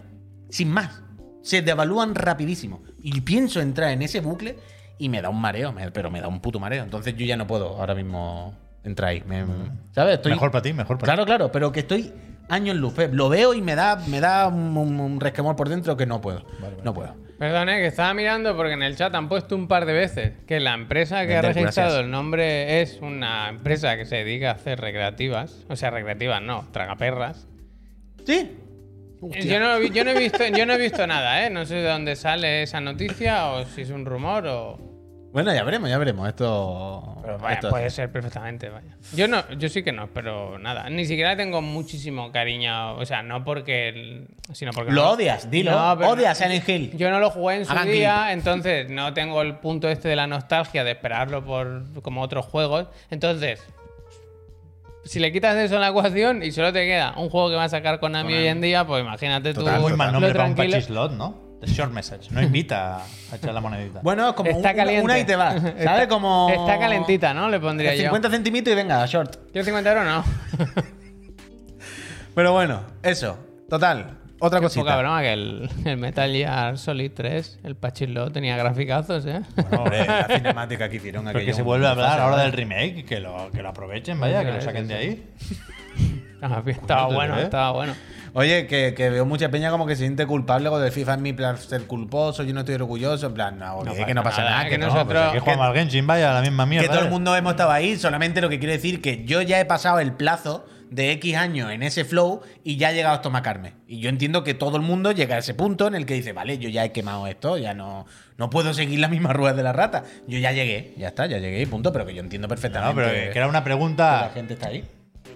S1: Sin más. Se devalúan rapidísimo. Y pienso entrar en ese bucle y me da un mareo, me- pero me da un puto mareo. Entonces yo ya no puedo ahora mismo entrar ahí. Me- ¿Sabes? Estoy,
S3: Mejor para ti, mejor para
S1: Claro, claro, pero que estoy años luz, Pep. Lo veo y me da, me da un, un- un resquemor por dentro que no puedo. no puedo.
S2: Perdón, eh, que estaba mirando porque en el chat han puesto un par de veces que la empresa que ha
S1: Vender,
S2: registrado
S1: gracias.
S2: el nombre es una empresa que se dedica a hacer recreativas. O sea, recreativas no, tragaperras.
S1: ¿Sí?
S2: Yo no, vi- yo, no he visto, yo no he visto nada, ¿eh? No sé de dónde sale esa noticia o si es un rumor o...
S1: Bueno, ya veremos, ya veremos. Esto.
S2: Pero vaya, pues,
S1: esto-
S2: puede ser perfectamente, vaya. Yo no, yo sí que no, pero nada. Ni siquiera le tengo muchísimo cariño. O sea, no porque. el- sino porque
S1: Lo
S2: no-
S1: odias, dilo.
S2: No, pero
S1: odias
S2: no-
S1: Silent Hill.
S2: Yo no lo jugué en su
S1: Hagan
S2: día, entonces no tengo el punto este de la nostalgia de esperarlo por como otros juegos. Entonces, si le quitas eso a la ecuación y solo te queda un juego que va a sacar Konami hoy en día, pues imagínate tú
S1: Total,
S3: Muy mal
S1: total.
S2: lo
S3: nombre para un
S2: tranquilo.
S3: patch slot, ¿no? The short message. No invita a echar la monedita.
S1: Bueno, es como
S2: Está
S1: un- una-
S2: caliente.
S1: una y te va. ¿Sabes?
S2: Está-
S1: Como.
S2: Está calentita, ¿no? Le pondría yo.
S1: 50 centímetros y venga, short.
S2: ¿Quieres 50 euros no?
S1: Pero bueno, eso. Total. Otra
S2: Qué poca
S1: cosita.
S2: broma que el, el Metal Gear Solid 3, el Pachiló, tenía graficazos, ¿eh.
S1: Bueno, hombre, la cinemática que hicieron
S3: Pero que
S1: aquello,
S3: se vuelve a
S1: una
S3: hablar
S1: cosa,
S3: ahora
S1: ¿no?
S3: del remake, que lo, que lo aprovechen, vaya,
S2: Sí,
S3: que lo
S2: sí,
S3: saquen
S2: sí,
S3: de
S2: sí.
S3: ahí.
S2: Ah, estaba
S3: Cuéntale,
S2: bueno,
S3: ¿eh?
S2: estaba bueno.
S1: Oye, que, que veo mucha peña como que se siente culpable con el FIFA es mi placer culposo, yo no estoy orgulloso. En plan, no, oye, que no pasa
S2: nada,
S1: nada,
S2: que
S1: que, no,
S2: nosotros-
S1: pues,
S3: Que
S1: que-
S3: Juan Genshin, vaya, la misma mierda.
S1: que todo el
S3: ¿eh?
S1: mundo hemos estado ahí. Solamente lo que quiero decir que yo ya he pasado el plazo de X años en ese flow y ya he llegado a estomacarme. Y yo entiendo que todo el mundo llega a ese punto en el que dice, vale, yo ya he quemado esto, ya no, no puedo seguir la misma rueda de la rata. Yo ya llegué, ya está, ya llegué y punto, pero que yo entiendo
S3: No,
S1: perfectamente
S3: pero que que era
S1: que
S3: una
S1: la
S3: pregunta
S1: gente está ahí.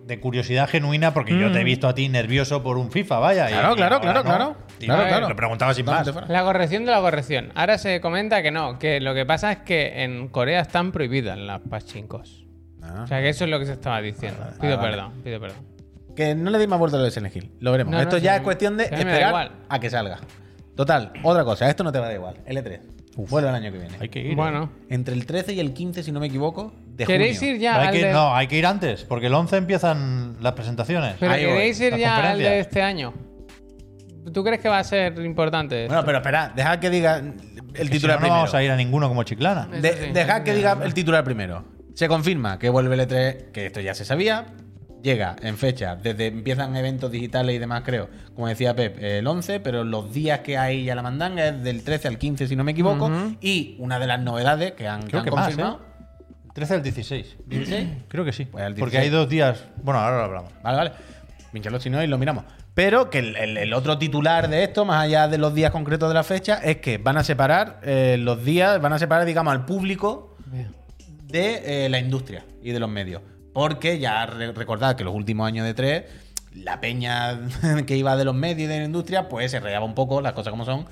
S3: de curiosidad genuina porque yo te he visto a ti nervioso por un FIFA, vaya. y-
S1: Mm. Claro,
S3: y
S1: claro,
S3: ahora
S1: claro, claro.
S3: Y
S1: Claro,
S3: eh,
S1: claro.
S3: Lo preguntaba sin más.
S1: Totalmente fuera.
S2: La corrección de la corrección. Ahora se comenta que no, que lo que pasa es que en Corea están prohibidas las pachincos.
S1: Ah.
S2: O sea, que eso es lo que se estaba diciendo. Pido
S1: vale.
S2: perdón, pido perdón.
S1: Que no le deis más vuelta a lo de Silent Hill. Lo veremos.
S2: No, no,
S1: Esto
S2: sí,
S1: ya
S2: sí.
S1: es cuestión de
S2: Sí, me da
S1: esperar
S2: igual.
S1: a que salga. Total, otra cosa. Esto no te va a dar igual. L3. Vuelve el año que viene.
S3: Hay que ir. eh.
S2: Bueno,
S1: Entre el 13 y el 15, si no me equivoco, de
S2: ¿queréis
S1: junio.
S2: ir
S3: Pero
S2: ya
S3: hay
S2: al
S3: que-
S2: de...
S3: No, hay que ir antes, porque el 11 empiezan las presentaciones.
S2: Pero
S1: Ahí voy,
S2: queréis ir
S3: las
S2: ya al de
S3: conferencias.
S2: este año. ¿Tú crees que va a ser importante? esto?
S1: Bueno, pero espera, dejad que diga el
S3: Que si
S1: titular
S3: no, no
S1: primero.
S3: vamos a ir a ninguno como chiclana.
S2: Eh.
S1: De-
S2: Eso sí.
S1: dejad que diga el titular primero. Se confirma que vuelve el E3, que esto ya se sabía. Llega en fecha, desde empiezan eventos digitales y demás, creo. Como decía Pep, el 11, pero los días que hay ya la mandanga es del 13 al 15, si no me equivoco. Y una de las novedades que han, que
S3: Creo
S1: han
S3: que más,
S1: confirmado.
S3: El 13 al 16. Creo que sí.
S1: Pues al
S3: porque
S1: 16.
S3: hay dos días. Bueno, ahora lo hablamos.
S1: Vale, vale. Pinchalo si no y lo miramos. Pero que el, el- el otro titular de esto, más allá de los días concretos de la fecha, es que van a separar eh, los días, van a separar, digamos, al público
S2: Bien.
S1: de eh, la industria y de los medios. Porque ya re- recordad que los últimos años de tres, la peña que iba de los medios y de la industria, pues se rayaba un poco, las cosas como son,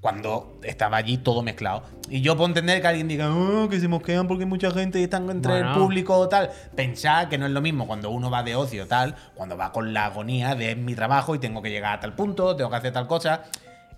S1: cuando estaba allí todo mezclado. Y yo puedo entender que alguien diga, "Oh, que se mosquean porque hay mucha gente y están entre el
S2: Bueno.
S1: público o tal. Pensad que no es lo mismo cuando uno va de ocio tal, cuando va con la agonía de "Es mi trabajo y tengo que llegar a tal punto, tengo que hacer tal cosa.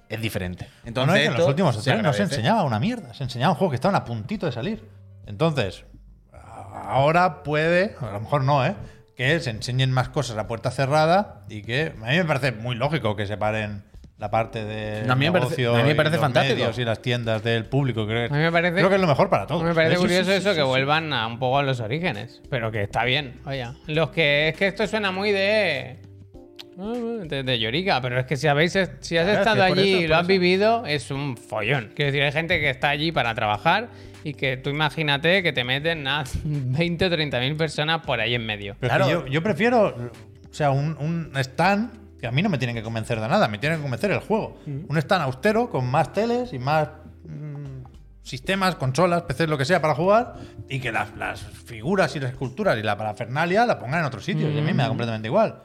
S1: Es diferente. Entonces,
S3: Bueno, es que en los
S1: esto
S3: últimos
S1: se
S3: E3 no se
S1: agradece.
S3: enseñaba una mierda. Se enseñaba un juego que estaban a puntito de salir. Entonces, a- ahora puede, a lo mejor no, ¿eh? Que se enseñen más cosas a puerta cerrada y que a mí me parece muy lógico que separen la parte de
S1: No, a mí me parece- a mí me parece fantástico.
S3: medios y las tiendas del público. Creo, que-
S2: A mí me parece-
S3: creo que es lo mejor para todos.
S2: Me parece
S3: Sí, sí,
S2: curioso
S3: sí,
S2: eso,
S3: sí,
S2: que
S3: sí.
S2: vuelvan a un poco a los orígenes. Pero que está bien, vaya. Los que es que esto suena muy de. De, de llorica, pero es que si habéis si has
S3: Claro, es
S2: estado
S3: que por
S2: allí
S3: eso,
S2: y
S3: por
S2: lo has
S3: eso.
S2: vivido, es un follón. Quiero decir, hay gente que está allí para trabajar y que tú imagínate que te meten a 20 o 30 mil personas por ahí en medio.
S3: Pero es que
S1: Claro.
S3: yo, yo prefiero, o sea, un, un stand que a mí no me tienen que convencer de nada, me tienen que convencer el juego. Un stand austero con más teles y más mm, sistemas, consolas, PCs, lo que sea para jugar y que las, las figuras y las esculturas y la parafernalia la pongan en otro sitio. Y a mí me da completamente igual.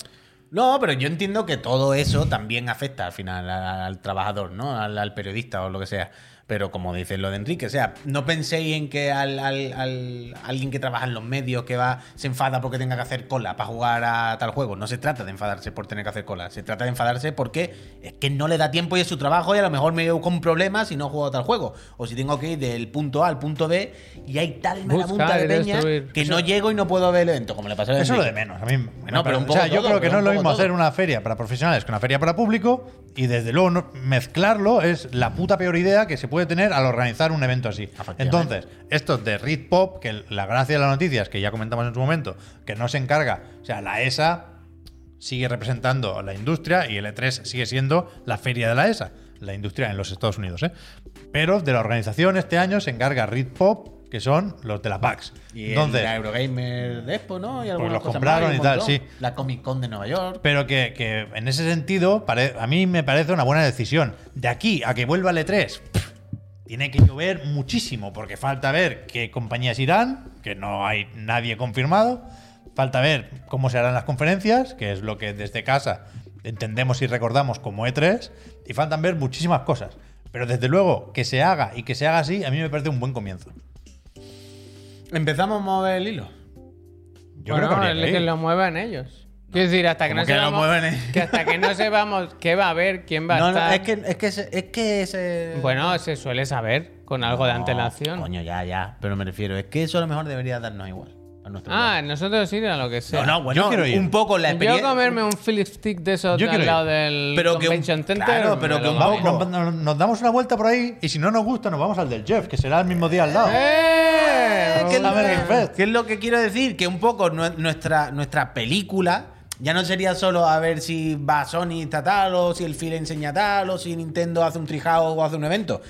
S1: No, pero yo entiendo que todo eso también afecta al final a- al trabajador, ¿no? Al, al periodista o lo que sea. Pero como dice lo de Enrique, o sea, no penséis en que al, al- al- alguien que trabaja en los medios que va se enfada porque tenga que hacer cola para jugar a tal juego. No se trata de enfadarse por tener que hacer cola, se trata de enfadarse porque es que no le da tiempo y es su trabajo y a lo mejor me veo con problemas si no juego a tal juego. O si tengo que ir del punto A al punto B y hay tal mala
S2: Buscar
S1: punta
S2: y
S1: de peña
S2: destruir.
S1: que no llego y no puedo ver el evento, como le pasó a
S3: Eso es lo
S1: Enrique.
S3: de menos. A mí, me
S1: Bueno, pero un
S3: parece- o sea,
S1: poco
S3: yo
S1: todo,
S3: creo que
S1: pero
S3: no
S1: un
S3: es lo
S1: poco
S3: mismo
S1: todo.
S3: hacer una feria para profesionales que una feria para público y desde luego no- mezclarlo es la puta peor idea que se puede tener al organizar un evento así.
S1: Efectivamente.
S3: Entonces, estos de Read Pop, que la gracia de la noticia es que ya comentamos en su momento, que no se encarga, o sea, la ESA E sigue representando a la industria y el E3 sigue siendo la feria de la ESA, la industria en los Estados Unidos. ¿eh? Pero de la organización este año se encarga Red Pop, que son los de la PAX.
S1: Y
S3: Entonces,
S1: el, la Eurogamer Despo, ¿no? Y algunas
S3: Pues los
S1: cosas
S3: compraron
S1: más, hay un
S3: y tal,
S1: montón.
S3: sí.
S1: La Comic Con de Nueva York.
S3: Pero que, que en ese sentido, pare- a mí me parece una buena decisión. De aquí a que vuelva el E3, pff, tiene que llover muchísimo, porque falta ver qué compañías irán, que no hay nadie confirmado. Falta ver cómo se harán las conferencias, que es lo que desde casa entendemos y recordamos como E3. Y faltan ver muchísimas cosas. Pero desde luego, que se haga y que se haga así, a mí me parece un buen comienzo.
S1: Empezamos a mover el hilo.
S3: Yo
S2: bueno,
S3: creo que, habría
S2: el-
S3: que
S2: que
S3: ir.
S2: lo muevan ellos. Quiero decir, hasta que
S1: Como
S2: no
S1: que lo
S2: sepamos-
S1: muevan ellos.
S2: que hasta que no sepamos qué va a haber, quién va a
S1: No, no,
S2: estar.
S1: es que es que se- es que se-
S2: Bueno, se suele saber con algo de
S1: No,
S2: antelación.
S1: Coño, ya, ya. Pero me refiero, es que eso a lo mejor debería darnos igual. A nuestro
S2: ah, nosotros ir a lo que sea.
S1: no, no, bueno,
S3: yo quiero ir.
S1: un poco la
S2: Yo
S1: experiencia.
S2: comerme un Philip Stick de esos
S3: Yo
S2: de
S3: quiero
S2: al
S3: ir.
S2: lado del
S1: Pero que un-
S2: Convention Center.
S1: claro,
S2: me
S1: pero
S2: lo
S1: que un
S2: como.
S1: poco-
S3: Nos, nos- nos damos una vuelta por ahí y si no nos gusta, nos vamos al del Jeff, que será el mismo día al lado.
S2: ¡Eh!
S1: ¿Qué es, lo
S3: Vamos a ver el
S1: que,
S3: Fest.
S1: qué es lo que quiero decir? Que un poco nue- nuestra, nuestra película ya no sería solo a ver si va Sony está tal, o si el Phil enseña tal, o si Nintendo hace un trijado o hace un evento.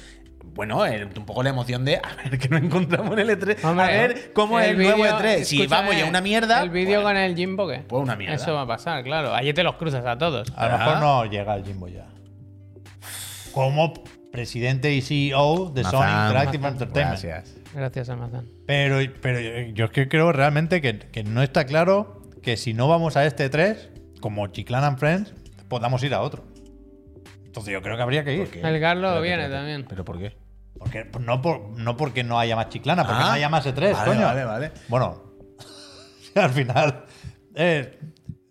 S1: Bueno, eh, un poco la emoción de a ver qué nos encontramos en el E3.
S2: Hombre,
S1: a ver cómo es el
S2: vídeo-
S1: nuevo E3. Si
S2: escúchame,
S1: vamos ya una mierda.
S2: El vídeo
S1: pues-
S2: con el Jimbo, ¿qué?
S1: Pues una mierda. Ah.
S2: Eso va a pasar, claro. Allí te los cruzas a todos.
S3: A lo
S1: Ajá.
S3: mejor no llega el Jimbo ya. Como presidente y CEO de Sony
S1: Mazán,
S3: Interactive Entertainment.
S1: Gracias.
S2: Gracias, Amazon.
S3: Pero, pero yo- yo es que creo realmente que, que no está claro que si no vamos a este 3, como Chiclan and Friends, podamos ir a otro. Entonces yo creo que habría que ir.
S1: qué?
S2: El Garlo
S1: Espérate,
S2: viene
S1: espérate.
S2: también.
S1: ¿Pero por qué?
S3: Porque, no, por- no porque no haya más Chiclana, porque
S1: Ah.
S3: no haya más E3,
S1: Vale,
S3: coño.
S1: vale, vale.
S3: Bueno, al final, eh,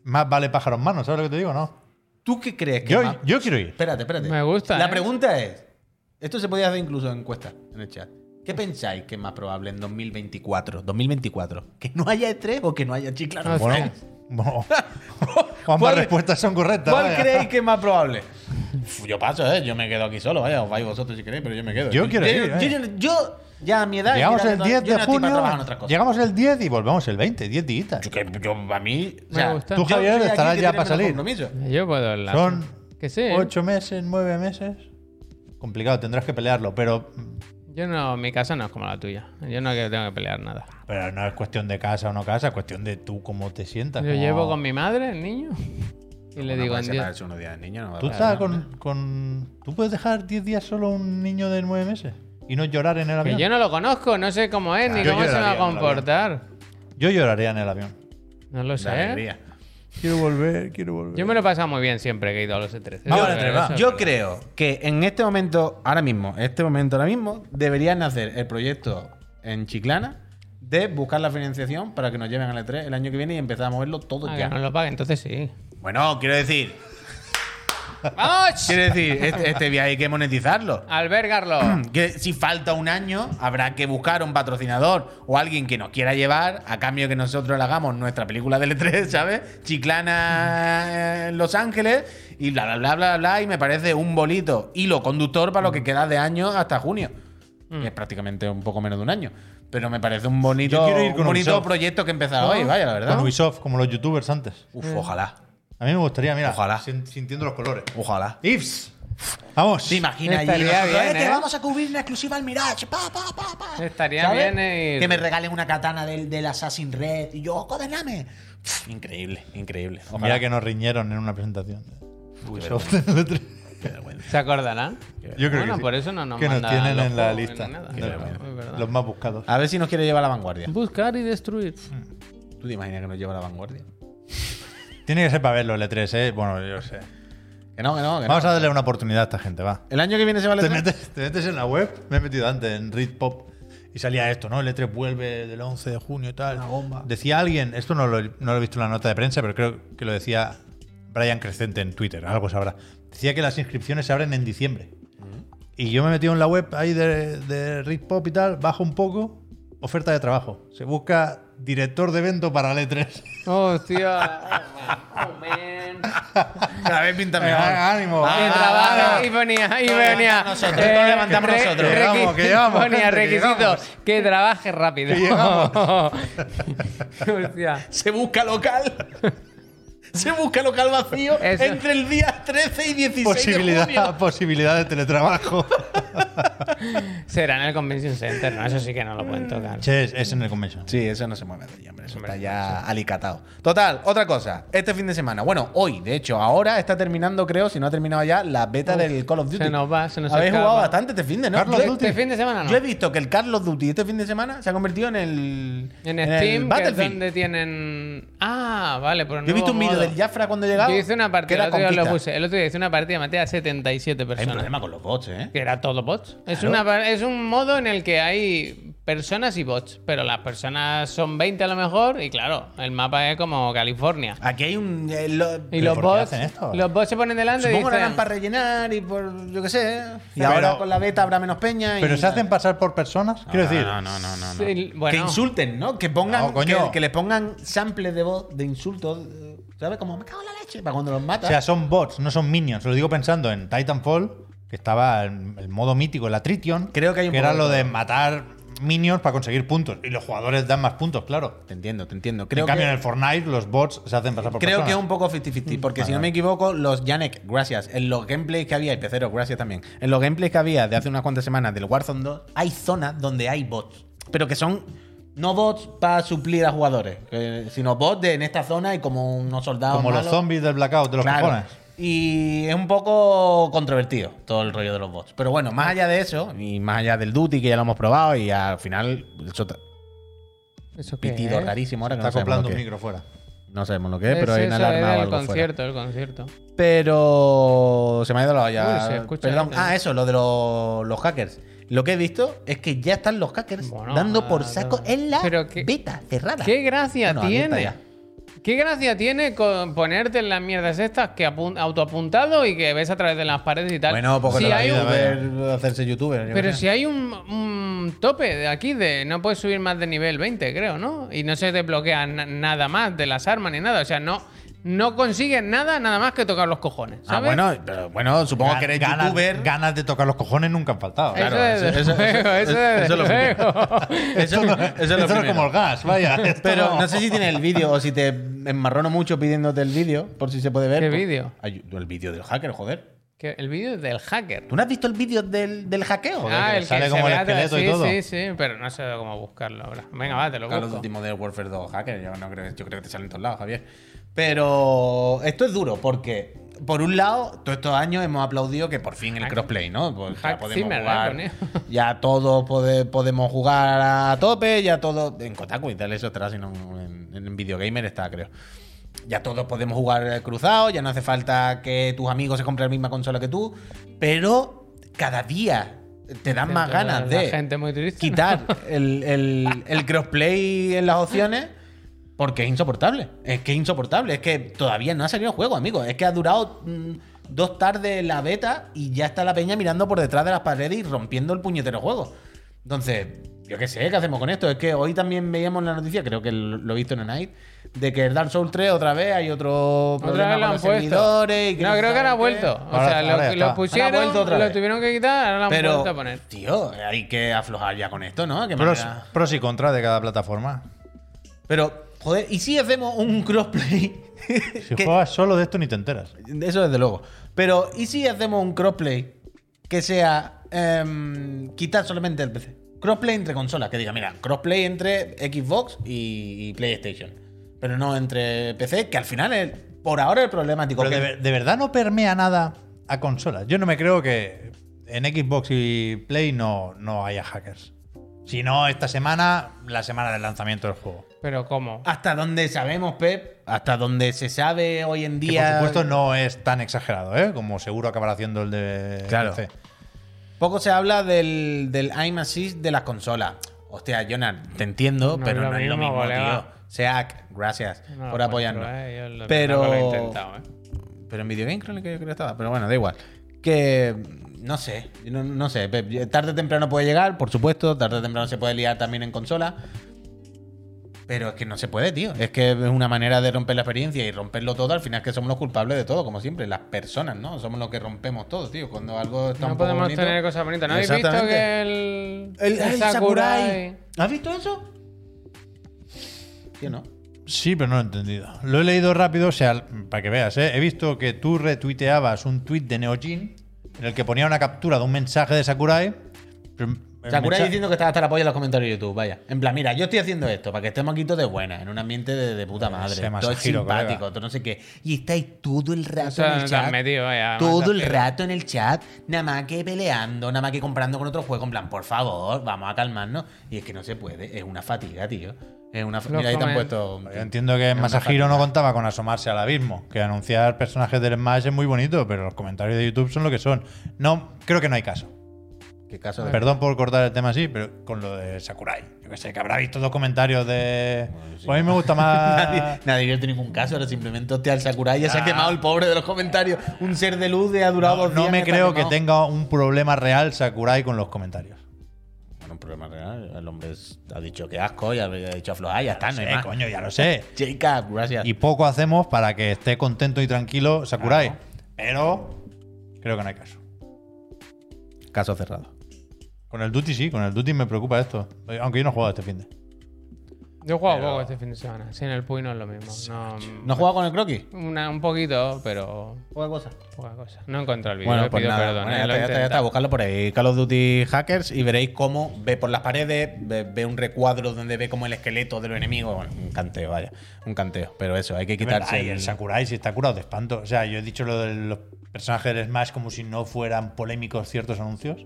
S3: más vale pájaro en mano, ¿sabes lo que te digo? No.
S1: ¿Tú qué crees que
S3: Yo,
S1: más-
S3: yo quiero ir.
S1: Espérate, espérate.
S2: Me gusta,
S1: La
S2: ¿eh?
S1: pregunta es: esto se podía hacer incluso en encuesta en el chat. ¿Qué pensáis que es más probable en 2024? 2024. ¿Que no haya E3 o que no haya chicla?
S2: No sé.
S3: Bueno, bueno, ambas
S1: ¿Cuál-
S3: respuestas son correctas.
S1: ¿Cuál
S3: vaya.
S1: creéis que es más probable? Uf, Yo paso, ¿eh? Yo me quedo aquí solo, vaya, os vais vosotros si queréis, pero yo me quedo.
S3: Yo quiero ir, eh.
S1: yo, yo- yo, ya a mi edad.
S3: Llegamos
S1: mira,
S3: el
S1: yo
S3: 10
S1: no
S3: de
S1: estoy para trabajar en
S3: junio,
S1: otras cosas.
S3: llegamos el 10 y volvemos el 20, 10 días.
S1: Yo, que- yo- a mí. o
S2: Me gusta.
S3: Tú,
S1: yo
S3: Javier,
S1: soy aquí
S3: estarás
S1: que
S3: ya
S1: tiene
S3: para
S1: menos
S3: salir.
S1: compromiso.
S2: Yo puedo hablar.
S3: Son
S2: Que sí. ¿eh?
S3: 8 meses, 9 meses. Complicado, tendrás que pelearlo, pero,
S2: Yo no, mi casa no es como la tuya. Yo no que- tengo que pelear nada.
S3: pero no es cuestión de casa o no casa, es cuestión de tú cómo te sientas.
S2: Yo
S3: cómo-
S2: llevo con mi madre, el niño, y le
S1: No
S2: digo,
S1: puede
S2: en
S1: ser
S2: diez-
S1: para eso unos días de niño, no va a
S3: Tú
S1: pasar.
S3: estás con, con- ¿Tú puedes dejar 10 días solo a un niño de 9 meses y no llorar en el
S2: que
S3: avión?
S2: yo no lo conozco, no sé cómo es, ni
S3: Yo
S2: cómo se va
S3: lloraría
S2: a
S3: en el
S2: comportar.
S3: Yo lloraría en el avión.
S2: No lo
S1: De
S2: sé.
S1: alegría.
S3: Quiero volver, quiero volver.
S2: Yo me lo he pasado muy bien siempre que he ido a los E ¿eh? E3.
S3: Vamos
S2: Eso
S3: al
S2: es-
S3: E3, va.
S2: eso es
S1: Yo
S2: verdad.
S1: creo que en este momento, ahora mismo, en este momento, ahora mismo, deberían hacer el proyecto en Chiclana de buscar la financiación para que nos lleven al E3 el año que viene y empezar a moverlo todo
S2: Ah, que
S1: ya.
S2: no lo pague, entonces sí.
S1: Bueno, quiero decir,
S2: ¡Vamos!
S1: quiero decir, este, este viaje hay que monetizarlo.
S2: Albergarlo.
S1: Que si falta un año, habrá que buscar un patrocinador o alguien que nos quiera llevar a cambio que nosotros le hagamos nuestra película del E3, ¿sabes? Chiclana eh, en Los Ángeles y bla, bla, bla, bla, bla. Y me parece un bolito hilo conductor para lo que queda de año hasta junio. que Es prácticamente un poco menos de un año. Pero me parece un bonito,
S3: Mm. Yo quiero ir con
S1: un bonito
S3: Ubisoft.
S1: proyecto que empezaba hoy, vaya, la verdad.
S3: Con Ubisoft, como los youtubers antes.
S1: Uf, ojalá.
S3: A mí me gustaría, mira,
S1: Ojalá.
S3: sin- sintiendo los colores.
S1: Ojalá.
S3: Ips. Vamos.
S1: ¿Te imaginas allí?
S2: Estaría
S1: nosotros,
S2: bien,
S1: "Eh, que
S2: ¿eh?
S1: vamos a cubrir una exclusiva al Mirage. Pa, pa, pa, pa".
S2: Estaría bien ir-
S1: Que me regalen una katana del, del Assassin's Red. Y yo, Codename. Pff, Increíble, increíble.
S3: Mira que nos riñeron en una presentación. Ubisoft.
S1: Qué vergüenza.
S2: ¿Se acordarán?
S3: Yo creo
S2: bueno,
S3: que
S2: por
S3: sí.
S2: eso no nos
S3: que nos
S2: mandan
S3: tienen
S2: los
S3: en la
S2: juegos ni
S3: lista.
S2: nada. Es
S3: de los-
S2: verdad, es verdad.
S3: los más buscados.
S1: A ver si nos quiere llevar a la vanguardia.
S2: Buscar y destruir.
S1: ¿Tú te imaginas que nos lleva a la vanguardia?
S3: Tiene que ser para verlo el E3, ¿eh? Bueno, yo sé.
S1: Que no, que no, que no.
S3: Vamos a darle una oportunidad a esta gente, va.
S1: El año que viene se va a
S3: Te
S1: la
S3: metes, te metes en la web, me he metido antes en Read Pop y salía esto, ¿no? El E3 vuelve del 11 de junio y tal. Decía alguien, esto no lo, no lo he visto en la nota de prensa, pero creo que lo decía Brian Crescente en Twitter, algo sabrá. Decía que las inscripciones se abren en diciembre.
S1: Mm.
S3: Y yo me he metido en la web ahí de, de Read Pop y tal, bajo un poco, oferta de trabajo. Se busca director de evento para el E E3.
S2: Hostia.
S3: Ah,
S2: Oh, man.
S1: Cada vez pinta
S3: Eh, ánimo.
S1: Ah,
S2: Y el trabajo, y ponía, y ponía.
S1: nosotros, todo lo levantamos
S2: re-
S1: nosotros. Que
S3: llegamos, que
S2: requi-
S3: llegamos,
S2: Ponía
S3: gente, que
S2: requisitos
S3: llegamos.
S2: que trabaje rápido.
S3: Que llegamos.
S2: Hostia.
S1: Se busca local. se busca local vacío
S2: Eso.
S1: entre el día 13 y 16 de junio.
S3: Posibilidad, posibilidad de teletrabajo.
S2: Será en el Convention Center, ¿no? Eso sí que no lo pueden tocar.
S3: che, es, es en el convention.
S1: Sí, eso no se mueve de ahí, hombre. Eso
S2: Hombre,
S1: está ya alicatado. Total, otra cosa. Este fin de semana, bueno, hoy, de hecho, ahora está terminando, creo, si no ha terminado ya, la beta
S2: Uf,
S1: del Call of Duty.
S2: se nos va, se nos
S1: Habéis
S2: escapa.
S1: jugado bastante este fin de, ¿no?
S3: Call of
S1: Yo-
S3: Duty.
S2: Este fin de semana no.
S1: Yo he visto que el Call of Duty este fin de semana se ha convertido en el.
S2: En
S1: el
S2: Steam, que es
S1: Battlefield.
S2: donde tienen. Ah, vale, pero
S1: Yo he visto un vídeo del
S2: ya
S1: Jafra cuando llegaba.
S2: Yo hice una
S1: que
S2: partida,
S1: era
S2: el otro, día lo
S1: conquista.
S2: puse. el otro día hice una partida, maté a 77
S1: Hay un
S2: personas.
S1: problema con los bots, ¿eh?
S2: Que era todo bots. Es, una, pa- es un modo en el que hay personas y bots, pero las personas son 20 a lo mejor y claro, el mapa es como California.
S1: Aquí hay un. eh, lo-
S2: Y
S3: ¿Pero
S2: los
S3: por qué
S2: bots,
S3: hacen esto?
S2: los bots se ponen delante y
S1: Supongo que lo
S2: dicen,
S1: harán para rellenar y por. Yo qué sé. ¿eh? Y
S3: Pero-
S1: ahora con la beta habrá menos peña. y-
S3: Pero se hacen pasar por personas, quiero decir.
S1: no, no, no.
S2: Sí, bueno.
S1: Que insulten, ¿no? Que pongan.
S3: No, coño.
S1: Que, que les pongan samples de voz, de insultos. eh, ¿Sabes? Como me cago en la leche. Para cuando los
S3: O
S1: matas.
S3: sea, son bots, no son minions. Lo digo pensando en Titanfall, que estaba el, el modo mítico, el Atrition.
S1: Creo que hay un
S3: era
S1: poco de
S3: lo de
S1: todo.
S3: matar minions para conseguir puntos. Y los jugadores dan más puntos, claro.
S1: te entiendo, te entiendo. Creo
S3: en cambio,
S1: que.
S3: en el Fortnite los bots se hacen pasar por
S1: Creo que es
S3: personas.
S1: un poco 50-50, porque si no me equivoco, los Yannick, gracias, en los gameplays que había, y Pecero, gracias también, en los gameplays que había de hace unas cuantas semanas del Warzone 2, hay zonas donde hay bots, pero que son no bots para suplir a jugadores, eh, sino bots de en esta zona y como unos soldados.
S3: Como los
S1: malos.
S3: zombies del Blackout, de los
S1: Claro.
S3: cojones.
S1: Y es un poco controvertido todo el rollo de los bots. Pero bueno, más allá de eso, y más allá del duty que ya lo hemos probado, y al final, eso ta-
S2: ¿Eso qué
S1: pitido
S2: es?
S1: rarísimo ahora que
S3: Está
S1: no sabemos,
S3: acoplando
S1: lo
S3: un
S1: que,
S3: micro fuera.
S1: no sabemos lo que es, pero
S2: Es
S1: hay una
S2: eso,
S1: alarma
S2: era
S1: o
S2: el
S1: algo fuera.
S2: concierto, el concierto.
S1: Pero se me ha ido la olla.
S2: Uy, se escucha
S1: Perdón.
S2: ahí también.
S1: Ah, eso, lo de los, los hackers. Lo que he visto es que ya están los hackers
S2: Bueno,
S1: dando por
S2: ah,
S1: saco
S2: no.
S1: en la
S2: Pero qué-
S1: beta cerrada.
S2: ¿Qué gracia
S1: Bueno, abierta
S2: tiene?
S1: ya.
S2: ¿Qué gracia tiene con ponerte en las mierdas estas que apun- autoapuntado y que ves a través de las paredes y tal?
S1: Bueno, pues porque
S2: Si
S1: lo
S2: hay
S1: hay
S2: un-
S1: ver hacerse youtuber. yo qué
S2: Pero
S1: sé.
S2: si hay un, un tope de aquí de no puedes subir más de nivel 20, creo, ¿no? Y no se te bloquea na- nada más de las armas ni nada. O sea, no, no consigues nada nada más que tocar los cojones.
S1: Ah,
S2: ¿sabes?
S1: bueno, pero bueno, supongo
S3: Ga-
S1: que eres
S3: ganas,
S1: youtuber.
S3: ganas de tocar los cojones nunca han faltado.
S2: Eso
S1: claro,
S2: es desde
S1: eso- eso-
S2: luego,
S1: eso-
S2: eso es
S1: eso es lo
S2: desde
S1: primero.
S2: luego.
S1: Eso, eso es lo
S3: Esto no es
S1: primero.
S3: como el gas, vaya. Esto
S1: Pero no sé si tiene el vídeo o si te enmarrono mucho pidiéndote el vídeo, por si se puede ver.
S2: ¿Qué
S1: Pues-
S2: vídeo?
S1: Ay, El vídeo del hacker, joder.
S2: Que el vídeo es del hacker.
S1: ¿Tú no has visto el vídeo del, del hackeo?
S3: Joder,
S2: Ah,
S3: que sale como
S2: ve
S3: el
S2: a través-
S3: esqueleto y
S2: sí,
S3: todo.
S2: Sí, sí, pero no sé cómo buscarlo ahora. Venga, va, te lo
S1: Carlos
S2: busco.
S1: último Modern Warfare 2 hacker, yo, no creo, yo creo que te salen en todos lados, Javier. Pero esto es duro porque, por un lado, todos estos años hemos aplaudido que por fin el
S2: Hack-
S1: crossplay, ¿no? Pues ya
S2: Hack
S1: podemos
S2: Zimmer, ¿eh?
S1: jugar,
S2: Con él.
S1: ya todos pode- podemos jugar a tope, ya todos... En Kotaku y tal, eso estará, sino en, en Videogamer está, creo. Ya todos podemos jugar cruzado, ya no hace falta que tus amigos se compren la misma consola que tú, pero cada día te dan más
S2: Entonces,
S1: ganas
S2: la
S1: de
S2: gente muy triste. ¿no?
S1: quitar el, el- el crossplay en las opciones porque es insoportable. Es que es insoportable. Es que todavía no ha salido el juego, amigo. Es que ha durado mm, dos tardes la beta y ya está la peña mirando por detrás de las paredes y rompiendo el puñetero juego. Entonces, yo qué sé, ¿qué hacemos con esto? Es que hoy también veíamos la noticia, creo que lo lo he visto en Night, de que el Dark Souls 3 otra vez hay otro
S2: Otra
S1: problema
S2: vez lo
S1: con
S2: han
S1: los
S2: puesto.
S1: servidores. y
S2: no, creo que ahora ha
S1: sabe qué.
S2: vuelto. O
S3: Ahora-
S2: sea,
S3: ahora
S2: lo,
S3: ya
S2: lo
S3: está.
S2: pusieron,
S1: Ahora ha vuelto otra
S2: lo
S1: vez.
S2: tuvieron que quitar, ahora lo han
S1: Pero,
S2: vuelto a poner.
S1: tío, hay que aflojar ya con esto, ¿no? ¿Qué
S3: Pros,
S1: manera?
S3: pros y contras de cada plataforma.
S1: Pero, joder, ¿y si hacemos un crossplay?
S3: Si
S1: Que-
S3: juegas solo de esto ni te enteras.
S1: eso desde luego. Pero, ¿y si hacemos un crossplay que sea em, quitar solamente el PC? Crossplay entre consolas, que diga, mira, crossplay entre Xbox y, y PlayStation. Pero no entre PC, que al final es, por ahora es problemático.
S3: Pero de,
S1: que-
S3: ver- de verdad no permea nada a consolas. Yo no me creo que en Xbox y Play no, no haya hackers. Si no, esta semana, la semana del lanzamiento del juego.
S2: Pero ¿cómo?
S1: hasta donde sabemos, Pep, hasta donde se sabe hoy en
S3: Que
S1: día.
S3: por supuesto no es tan exagerado, ¿eh? Como seguro acabará haciendo el de
S1: Claro.
S3: PC.
S1: este. Poco se habla del, del aim assist de las consolas. Hostia, Jonan, te entiendo,
S2: No
S1: pero
S2: es lo
S1: no es lo
S2: mismo,
S1: mismo,
S2: colega.
S1: tío. Seac, gracias
S2: No lo
S1: por
S2: encuentro,
S1: apoyarnos.
S2: eh, yo lo-
S1: Pero-
S2: lo he intentado, eh.
S1: Pero en videogame creo que creo que estaba. Pero bueno, da igual. Que no sé, no, no sé. Pep, Tarde o temprano puede llegar, por supuesto. Tarde o temprano se puede liar también en consola. Pero es que no se puede, tío. Es que es una manera de romper la experiencia y romperlo todo. Al final es que somos los culpables de todo, como siempre. Las personas, ¿no? Somos los que rompemos todo, tío. Cuando algo está un
S2: No
S1: poco
S2: podemos
S1: bonito-
S2: tener cosas bonitas. ¿No habéis visto
S1: Exactamente.
S2: que el,
S1: El,
S2: el
S3: Ah,
S1: el samurai. ¿Has visto eso? Yo no.
S3: Sí, pero no lo he entendido. Lo he leído rápido, o sea, para que veas, ¿eh? he visto que tú retuiteabas un tweet de Neojin en el que ponía una captura de un mensaje de Sakurai. pero eh, el
S1: Sakurai
S3: mensa-
S1: diciendo que está hasta la polla en los comentarios de YouTube, vaya. En plan, mira, yo estoy haciendo esto para que estemos aquí todos de buena, en un ambiente de, de puta madre.
S3: sea más
S1: Todo es
S3: giro, colega.
S1: simpático, todo no sé qué. Y estáis todo el rato
S2: O sea,
S1: en el
S2: nos
S1: chat.
S2: han metido, vaya,
S1: todo
S2: nos
S1: el
S2: han-
S1: rato en el chat, nada más que peleando, nada más que comprando con otro juego. En plan, por favor, vamos a calmarnos. Y es que no se puede, es una fatiga, tío. Es una fa-
S2: Los
S1: Mira, ahí te han
S2: comen-
S1: puesto.
S3: Yo entiendo que
S1: una
S3: Masahiro no
S1: fatiga.
S3: contaba con asomarse al abismo, que anunciar personajes del Smash es muy bonito, pero los comentarios de YouTube son lo que son. No, creo que no hay caso.
S1: ¿Qué caso de-
S3: Perdón por cortar el tema así, pero con lo de Sakurai. Yo que sé, que habrá visto dos comentarios de. Pues a mí me gusta
S1: Nadie,
S3: más.
S1: nadie vierte ningún caso, ahora simplemente hostia el Sakurai ya se ha
S3: Ah.
S1: quemado el pobre de los comentarios. Un ser de luz de ha durado
S3: No,
S1: dos
S3: no
S1: días,
S3: me
S1: está
S3: creo que
S1: quemado.
S3: tenga un problema real Sakurai con los comentarios.
S1: Bueno, un problema real. El hombre es- ha dicho que asco, ya ha dicho aflojar, ya está, no hay
S3: Eh,
S1: más.
S3: coño, ya lo sé.
S1: Jacob, gracias.
S3: Y poco hacemos para que esté contento y tranquilo Sakurai. Pero creo que no hay caso.
S1: caso cerrado.
S3: Con el Duty sí, con el Duty me preocupa esto. Aunque yo no he jugado este fin de.
S2: Yo he jugado poco este fin de semana. Sí, en el Puy no es lo mismo. No,
S1: Pues,
S2: mm,
S1: ¿No juega con el croquis?
S2: una- un poquito, pero
S1: Poca cosa.
S2: poca cosa. No he encontrado el vídeo.
S1: Bueno,
S2: le
S1: pues
S2: pido
S1: nada.
S2: perdón.
S1: Bueno,
S2: eh,
S1: ya,
S2: lo
S1: está,
S2: he
S1: ya está, ya está.
S2: intentado.
S1: Buscadlo por ahí, Call of Duty Hackers, y veréis cómo ve por las paredes, ve, ve un recuadro donde ve como el esqueleto de los enemigos. Bueno, un canteo, vaya. Un canteo. Pero eso, hay que quitarse.
S3: Ay, el Sakurai sí está curado de espanto. O sea, yo he dicho lo de los personajes del Smash como si no fueran polémicos ciertos anuncios.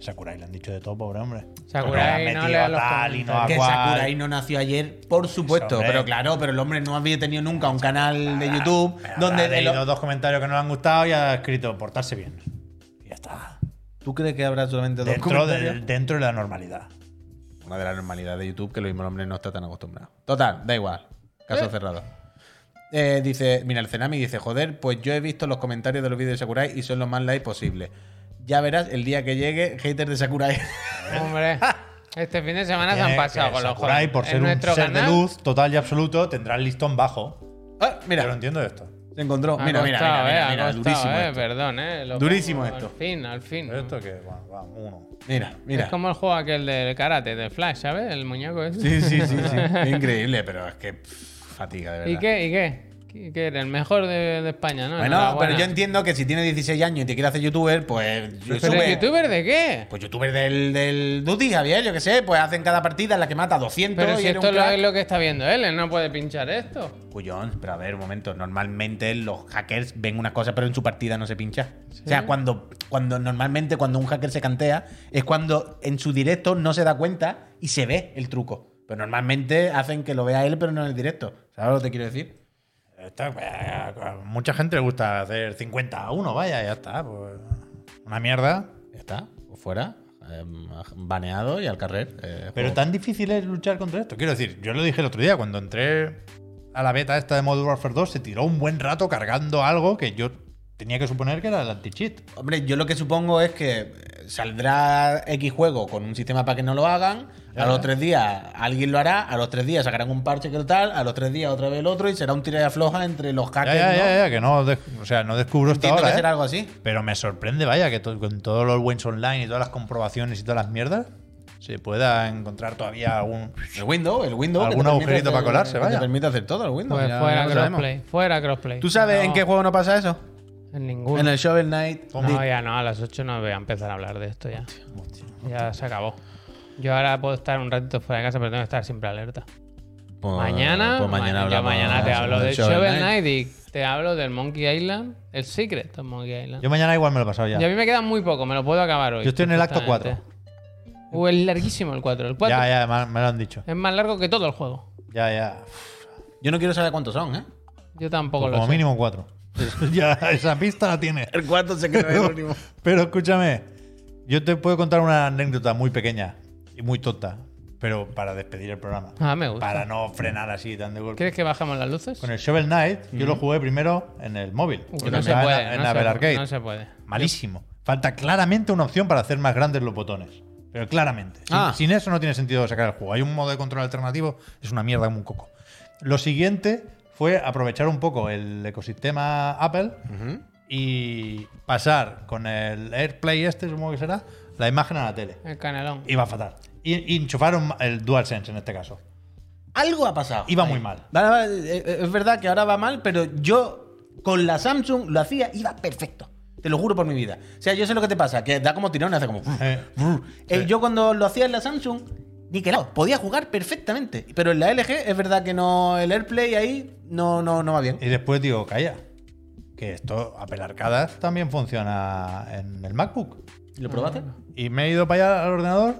S3: Sakurai le han dicho de todo, pobre hombre.
S2: Sakurai
S3: Porque le han
S2: no
S3: metido
S2: lea
S3: a
S2: los
S3: tal y no a
S1: Que
S3: cual.
S1: Sakurai no nació ayer, por supuesto.
S3: hombre.
S1: Pero claro, pero el hombre no había tenido nunca un canal de YouTube
S3: Pero
S1: donde.
S3: habrá
S1: de lo-
S3: leído dos comentarios que no le han gustado y ha escrito portarse bien. Y ya está.
S1: ¿Tú crees que habrá solamente dos
S3: Dentro,
S1: comentarios?
S3: del- dentro de la normalidad.
S1: Una de las normalidades de YouTube que lo mismo el hombre no está tan acostumbrado. Total, da igual. Caso cerrado. Eh, dice, mira, el Cenami dice, joder, pues yo he visto los comentarios de los vídeos de Sakurai y son los más likes posible. Ya verás el día que llegue, hater de Sakurai.
S2: Hombre, este fin de semana se
S3: Tiene
S2: han
S3: que
S2: pasado con los
S3: Sakurai,
S2: jóvenes.
S3: por
S2: En
S3: ser un
S2: nuestro
S3: ser de
S2: canal,
S3: luz total y absoluto, tendrá el listón bajo.
S1: Ah, mira,
S3: Yo no entiendo esto.
S1: se encontró.
S2: ha
S1: Mira, mira, mira,
S2: costado,
S1: mira,
S2: Ah, eh, ha
S1: mira,
S2: costado,
S1: durísimo
S2: eh,
S1: esto.
S2: Perdón, eh. lo
S1: Durísimo
S2: pongo
S1: esto.
S2: Al fin, al fin.
S3: Esto que, bueno, va, uno.
S1: Mira,
S2: Es
S1: mira.
S2: como el juego aquel del karate, del Flash, ¿sabes? El muñeco ese.
S1: Sí, sí, sí, sí. Es increíble, pero es que pff, fatiga, de verdad.
S2: ¿Y qué? ¿Y qué? ¿Qué- qué eres? El mejor de, de España,
S1: Bueno,
S2: ¿no?
S1: pero
S2: Enhorabuena.
S1: yo entiendo que si tienes 16 años y te quieres hacer youtuber, pues
S2: ¿Pero
S1: sube-
S2: youtuber de qué?
S1: Pues youtubers del, del Duty, Javier, yo qué sé, pues hacen cada partida en la que mata 200
S2: Pero
S1: y
S2: si
S1: era
S2: esto
S1: un
S2: lo,
S1: crack.
S2: es lo que está viendo él, él no puede pinchar esto.
S1: Cuyón, pero a ver, un momento. Normalmente los hackers ven una cosa, pero en su partida no se pincha. O sea, cuando, cuando normalmente cuando un hacker se cantea es cuando en su directo no se da cuenta y se ve el truco. Pero normalmente hacen que lo vea él, pero no en el directo. ¿Sabes lo que te quiero decir?
S3: Esta, pues, a mucha gente le gusta hacer 50 a 1, vaya, ya está. pues, una mierda.
S1: Ya está, pues fuera. eh, baneado y al carrer. eh,
S3: Pero
S1: juego.
S3: tan difícil es luchar contra esto. Quiero decir, yo lo dije el otro día, cuando entré a la beta esta de Modern Warfare 2, se tiró un buen rato cargando algo que yo tenía que suponer que era el anti-cheat.
S1: Hombre, yo lo que supongo es que eh, saldrá X juego con un sistema para que no lo hagan. A los tres días alguien lo hará, a los tres días sacarán un parche que lo tal, a los tres días otra vez el otro y será un tira y afloja entre los
S3: Ya,
S1: hackers.
S3: ya,
S1: Ah, ¿no?
S3: ya, ya, que no, de- o sea, no descubro hasta
S1: Entiendo que
S3: ahora. ¿eh?
S1: será algo así.
S3: Pero me sorprende, vaya, que to- con todos los wins online y todas las comprobaciones y todas las mierdas, se pueda encontrar todavía un.
S1: El Windows, el Windows. que te
S3: Algún
S1: permite
S3: agujerito
S1: hacer-
S3: para colarse,
S1: que
S3: vaya.
S1: Te permite hacer todo el Windows.
S2: Pues
S1: ya- ya
S2: fuera
S1: lo sabemos.
S2: crossplay, fuera crossplay.
S1: ¿Tú sabes
S2: No,
S1: en qué juego no pasa eso?
S2: En ninguno.
S1: En el Shovel Knight.
S2: No, ya no, a las 8 no voy a empezar a hablar de esto ya. Ya se acabó. Yo ahora puedo estar un ratito fuera de casa, pero tengo que estar siempre alerta.
S1: Pues-
S2: mañana,
S1: pues
S2: ma- yo
S1: hablamos
S2: mañana te hablo
S1: del
S2: del Shovel Knight y te hablo del Monkey Island, el Secret del Monkey Island.
S3: Yo mañana igual me lo he pasado ya.
S2: y a mí me queda muy poco, me lo puedo acabar hoy.
S3: Yo estoy en el acto
S2: perfectamente. Uh, es larguísimo el 4. El 4
S3: Ya, ya, me me lo han dicho.
S2: es más largo que todo el juego.
S3: Ya, ya.
S1: Yo no quiero saber cuántos son, ¿eh?
S2: Yo tampoco lo
S3: Pues Como
S2: sé.
S3: mínimo cuatro. ya, esa pista la tiene.
S1: El cuarto se quedó el último.
S3: Pero escúchame, yo te puedo contar una anécdota muy pequeña y muy tonta, pero para despedir el programa.
S2: Ah, me gusta.
S3: Para no frenar así tan de golpe.
S2: ¿Quieres que bajemos las luces?
S3: Con el Shovel Knight, yo lo jugué primero en el móvil.
S2: Uh,
S3: porque
S2: Mm. no se
S3: estaba
S2: puede.
S3: En, la- en
S2: no
S3: la
S2: se-
S3: Bell Arcade.
S2: No se puede.
S3: Malísimo. Falta claramente una opción para hacer más grandes los botones. Pero claramente. Sin,
S1: Ah.
S3: sin eso no tiene sentido sacar el juego. Hay un modo de control alternativo, es una mierda como un coco. Lo siguiente fue aprovechar un poco el ecosistema Apple y pasar con el AirPlay este, supongo que será, la imagen a la tele.
S2: El canelón.
S3: Iba fatal. Y, y enchufaron el DualSense en este caso.
S1: Algo ha pasado.
S3: Iba
S1: Ahí.
S3: muy mal.
S1: Vale, vale, eh, eh, Es verdad que ahora va mal, pero yo con la Samsung lo hacía, iba perfecto. Te lo juro por mi vida. O sea, yo sé lo que te pasa, que da como tirón, hace como.
S3: Eh,
S1: Eh,
S3: sí.
S1: Yo cuando lo hacía en la Samsung, niquelado, podía jugar perfectamente. Pero en la LG es verdad que no, el AirPlay ahí no, no, no va bien.
S3: Y después digo, calla. Que esto a pelarcadas también funciona en el MacBook.
S1: ¿Lo probaste?
S3: Y me he ido para allá al ordenador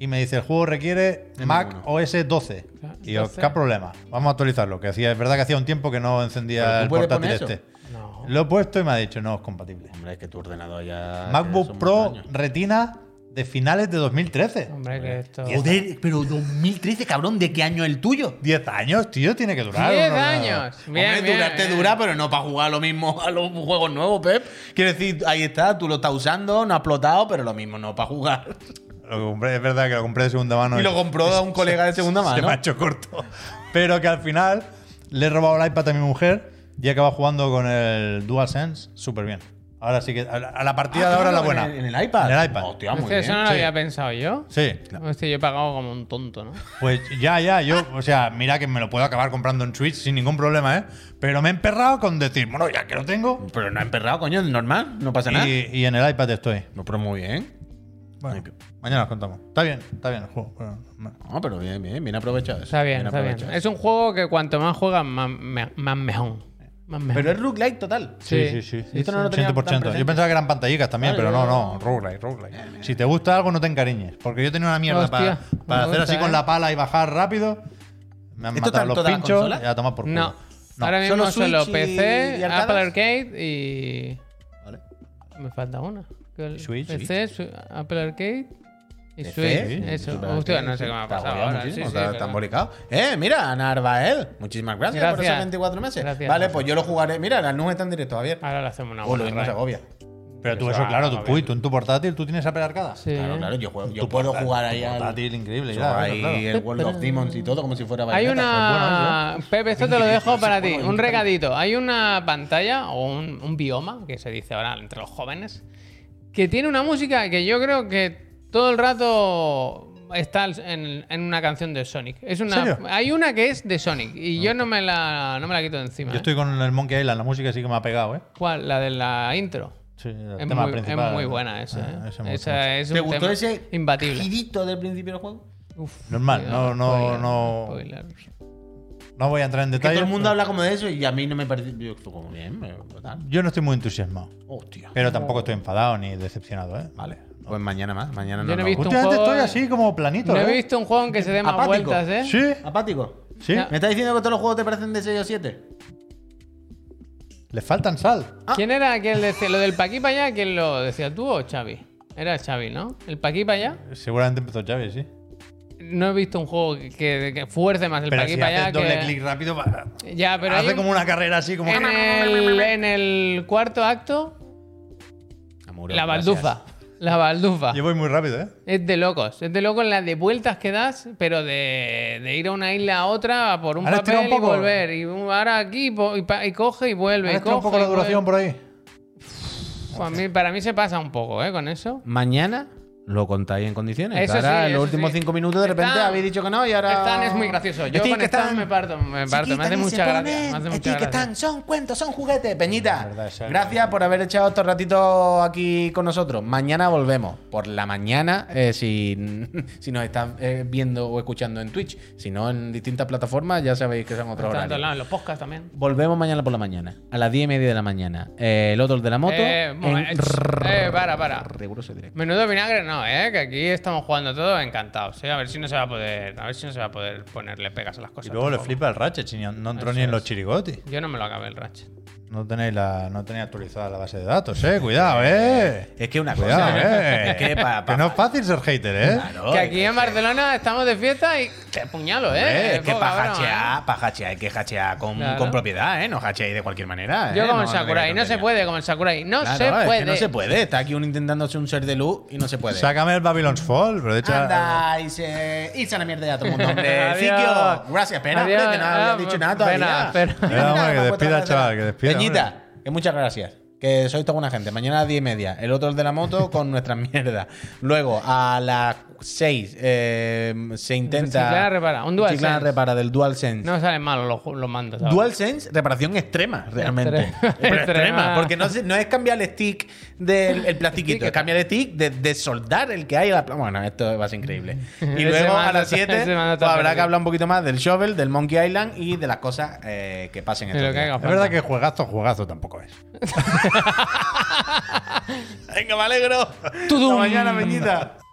S3: y me dice, el juego requiere Mac OS 12.
S2: Claro,
S3: Y yo,
S2: entonces-
S3: ¿qué problema? Vamos a actualizarlo. Que hacía, es verdad que hacía un tiempo que no
S1: ¿Pero
S3: encendía
S1: tú
S3: el
S1: puedes
S3: portátil
S1: poner eso?
S3: este.
S2: No.
S3: Lo he puesto y me ha dicho, no es compatible.
S1: Hombre, es que tu ordenador ya.
S3: MacBook Pro Retina de finales de 2013.
S2: Hombre, que esto.
S1: Joder, pero 2013, cabrón, ¿de qué año el tuyo?
S3: 10 años, tío, tiene que durar.
S2: 10
S3: un ordenador.
S2: años.
S1: Hombre,
S2: Bien, bien, eh.
S1: durar te
S2: bien.
S1: dura, pero no para jugar lo mismo a los juegos nuevos, Pep. Quiero decir, ahí está, tú lo estás usando, no ha explotado, pero lo mismo, no para jugar.
S3: Lo que compré, es verdad que lo compré de segunda mano.
S1: Y lo compró a un colega de segunda
S3: Se
S1: mano.
S3: me ha hecho corto. Pero que al final le he robado el iPad a mi mujer y he acabado jugando con el DualSense súper bien. Ahora sí que. A la, a la partida de ahora es la buena.
S1: Ah, En el, en el iPad.
S3: En el iPad.
S1: Hostia, muy
S2: Hostia, Este, eso
S1: bien.
S2: no lo
S3: sí.
S2: había pensado yo.
S3: Sí.
S2: Hostia, yo he pagado como un tonto, ¿no?
S3: Pues ya, ya, yo, o sea, mira que me lo puedo acabar comprando en Switch sin ningún problema, ¿eh? Pero me he emperrado con decir, bueno, ya que lo tengo.
S1: Pero no ha emperrado, coño, es normal, no pasa nada.
S3: Y, y en el iPad estoy.
S1: No, pero muy bien.
S3: Bueno, mañana os contamos. Está bien, está bien el juego. Bueno, bueno.
S1: No, pero bien, bien, bien aprovechado. eso,
S2: Está bien, está bien.
S1: aprovechado.
S2: Es un juego que cuanto más juegas, más, me- más mejor. Más mejor.
S1: Pero es roguelike total.
S2: Sí,
S3: Sí, sí, sí.
S1: Esto no lo tenía tan
S3: 100%. Yo
S1: presente.
S3: pensaba que eran pantallitas también,
S1: Vale,
S3: pero no,
S1: no,
S3: no. Roguelike, roguelike. Si te gusta algo, no te encariñes. Porque yo tenía una mierda
S2: Hostia,
S3: para, para
S2: me
S3: hacer
S2: gusta,
S3: así
S2: ¿eh?
S3: con la pala y bajar rápido. Me han
S1: ¿Esto está en
S3: matado los
S1: todas las
S3: pinchos
S1: consolas?
S3: y a tomar por culo.
S2: no.
S3: No.
S2: Ahora mismo
S1: Solo
S2: solo,
S1: Switch y-
S2: PC,
S1: y arcadas.
S2: Apple Arcade y.
S1: Vale.
S2: Me falta una. Que el
S3: Switch.
S2: PC, Su- Apple Arcade y
S1: PC,
S2: Switch.
S1: sí,
S2: Eso.
S1: Super
S2: Hostia,
S1: Nintendo,
S2: no sé
S1: sí.
S2: qué me ha
S1: Está
S2: pasado
S1: guayado
S2: ahora. Sí,
S1: muchísimo,
S2: sí,
S1: está-
S2: pero-
S1: está embolicado. Eh, mira, Narvael. Muchísimas gracias, por
S2: Gracias.
S1: esos 24 meses.
S2: Gracias. Ah,
S1: Vale, pues yo lo jugaré. Mira, las nubes están directo, Javier.
S2: Ahora le hacemos una
S1: O lo
S2: buena.
S1: mismo se
S2: raid.
S1: agobia.
S3: Pero tú,
S2: Eso,
S3: eso,
S2: ah,
S3: claro, tú,
S2: vale.
S3: uy, tú en tu portátil, tú tienes Apple Arcada.
S2: Sí.
S1: Claro, claro, yo, juego, yo
S3: Tu
S1: puedo
S3: portátil-
S1: jugar ahí
S3: tu
S1: al-
S3: portátil increíble,
S1: Yo
S3: ya,
S1: ahí
S3: claro.
S1: el World of Demons y todo, como si
S3: Pues
S1: fuera
S2: Hay
S1: bayoneta,
S2: una. Pepe, esto te lo dejo para ti.
S1: juego,
S2: Un
S1: ¿eh?
S2: regadito. Hay una pantalla o un, un bioma, que se dice ahora entre los jóvenes, que tiene una música que yo creo que todo el rato está en, en una canción de Sonic. Es
S3: ¿En
S2: una,
S3: serio?
S2: hay una que es de Sonic y yo no me la, no me la quito de encima.
S3: Yo
S2: ¿eh?
S3: estoy con el Monkey Island, la música sí que me ha pegado, ¿eh?
S2: ¿Cuál? La de la intro.
S3: Sí, el
S2: Es
S3: tema
S2: muy, es
S3: principal.
S2: muy buena esa. ¿eh?
S3: Ah, ese me gusta
S2: Esa
S3: mucho.
S2: es
S1: ¿Te
S2: un
S1: gustó
S2: tema
S1: ese
S2: imbatible.
S1: girito del principio del juego?
S2: Uf,
S3: Normal, no- no-
S2: spoiler,
S3: no-
S2: spoiler.
S3: No voy a entrar en
S1: Que
S3: detalle.
S1: todo el mundo habla como de eso y a mí no me parece. Yo estoy como bien, eh, total.
S3: Yo no estoy muy entusiasmado.
S1: Hostia.
S3: Pero tampoco estoy enfadado ni decepcionado, ¿eh? Vale.
S1: Pues mañana más, mañana no.
S2: Yo no he
S1: lo hago.
S2: visto-
S3: Últimamente
S2: Este juego-
S3: estoy así como planito.
S2: No he
S3: ¿eh?
S2: visto un juego en que se dé más
S1: Apático.
S2: vueltas, ¿eh?
S3: Sí,
S1: ¿Apático?
S3: sí.
S2: No.
S1: ¿Me estás diciendo que todos los juegos te parecen de 6 o 7?
S3: Le faltan sal.
S2: ¿Quién era quien decía lo del paquí para allá? ¿Quién lo decía tú o Xavi? Era Xavi, ¿no? El paquí para allá.
S3: Seguramente empezó Xavi, sí.
S2: No he visto un juego que, que- que fuerce más el
S3: Pero
S2: paquí
S3: si
S2: para
S3: haces
S2: allá.
S3: doble
S2: que-
S3: clic rápido, va-
S2: Ya, pero hay
S3: hace
S2: un-
S3: como una carrera así como.
S2: en, el, en el cuarto acto, la baldufa. La baldufa.
S3: Yo voy muy rápido, ¿eh?
S2: Es de locos. Es de locos las de vueltas que das, pero de, de ir a una isla a otra por un
S3: Ahora estira
S2: papel
S3: un poco.
S2: y volver. Y ahora aquí y, po- y pa- y coge y vuelve.
S3: Ahora
S2: y
S3: está
S2: coge
S3: un poco la
S2: y
S3: duración
S2: vuelve.
S3: por ahí.
S2: Uf, a mí- para mí se pasa un poco, ¿eh? Con eso.
S1: Mañana lo contáis en condiciones.
S2: Eso
S1: ahora,
S2: sí,
S1: los
S2: eso
S1: últimos
S2: sí.
S1: 5 minutos, de repente
S2: Stan-
S1: habéis dicho que no y ahora.
S2: Stan es muy gracioso. Yo
S1: Stan,
S2: con
S1: que
S2: Stan
S1: Stan-
S2: me parto, me parto.
S1: Chiquita,
S2: Me hace
S1: que
S2: mucha
S1: se
S2: gracia,
S1: ponen,
S2: me hace
S1: a
S2: mucha
S1: ti que
S2: gracia.
S1: están, son cuentos, son juguetes. Peñita,
S3: La verdad, esa-
S1: gracias por haber echado estos ratitos aquí con nosotros. Mañana volvemos. Por la mañana, eh, si, si nos estás eh, viendo o escuchando en Twitch. Si no, en distintas plataformas, ya sabéis que son otros
S2: Está en todos
S1: horarios.
S2: lados, en los podcasts también.
S1: Volvemos mañana por la mañana, a las 10 y media de la mañana. Eh, el otro el de la moto.
S2: Eh,
S1: en
S2: momen- eh, para, para.
S1: Riguroso y directo.
S2: Menudo vinagre no, ¿eh? Que aquí estamos jugando todo encantados, ¿eh? A ver si no se va a poder, a ver si no se va a poder ponerle pegas a las
S3: Y
S2: cosas.
S3: luego le
S2: tampoco.
S3: flipa el Ratchet, si no no entró
S2: Eso
S3: ni en los
S2: es.
S3: chirigotis.
S2: Yo no me lo acabé el Ratchet.
S3: No tenéis, la, no tenéis actualizada la base de datos, eh. Cuidado, eh.
S1: Es que una cosa.
S3: Cuidado,
S2: Pues
S3: eh.
S1: Es que pa- pa-
S3: Que no es fácil ser hater, eh.
S1: Claro,
S2: que
S1: es
S2: aquí en Barcelona estamos de fiesta y te puñalo, ¿eh?
S1: Eh, es que
S2: Poco,
S1: para
S2: cabrón,
S1: hachear, pa' hachear hay que hachear con,
S2: Claro.
S1: con propiedad, ¿eh? No hacheáis de cualquier manera.
S2: ¿eh? Yo
S1: ¿eh?
S2: como
S1: No-
S2: el
S1: no
S2: Sakurai, no,
S1: digáis
S2: se
S1: tonterías.
S2: puede, como el Sakurai, no
S1: Claro,
S2: se
S1: es que
S2: puede.
S1: no se puede. Está aquí uno intentándose un ser de luz y no se puede.
S3: Sácame el Babylon's Fall, pero de hecho.
S1: Anda, y se hizo la mierda ya todo el mundo. Hombre,
S2: Adiós.
S1: Zikio, gracias, pena, hombre,
S2: Adiós.
S1: que no habías
S2: Ah,
S1: dicho nada
S2: pena,
S1: todavía.
S2: pena.
S1: Dime
S3: Eh,
S1: nada
S3: hombre,
S1: más
S3: que
S1: vuestra
S3: despida,
S1: gracia.
S3: chaval, que despida,
S1: Peñita, que muchas gracias. Que que sois toda buena gente. Mañana a las 10 y media, el otro el de la moto con nuestras mierdas. Luego a las 6 eh, se intenta.
S2: Chiclana repara, un DualSense.
S1: Chiclana repara del DualSense.
S2: No salen mal los, los mandos. ¿sabes?
S1: DualSense, reparación extrema, realmente.
S2: Extrema.
S1: Pero extrema.
S2: Extrema.
S1: Porque no, se- no es cambiar el stick del el plastiquito, es cambiar el stick de, de soldar el que hay. a la pla- bueno, esto va a ser increíble. Y
S2: Ese
S1: luego a
S2: mando
S1: las
S2: está-
S1: 7
S2: ese mando
S1: pues,
S2: está
S1: habrá que
S2: perdido.
S1: hablar un poquito más del Shovel, del Monkey Island y de las cosas eh, que pasen.
S2: De
S1: estos
S2: lo que
S1: días.
S2: haga
S3: Es
S2: falta.
S3: verdad que juegazo, juegazo tampoco es.
S1: Venga, me alegro.
S2: Tudum.
S1: Hasta mañana, Peñita.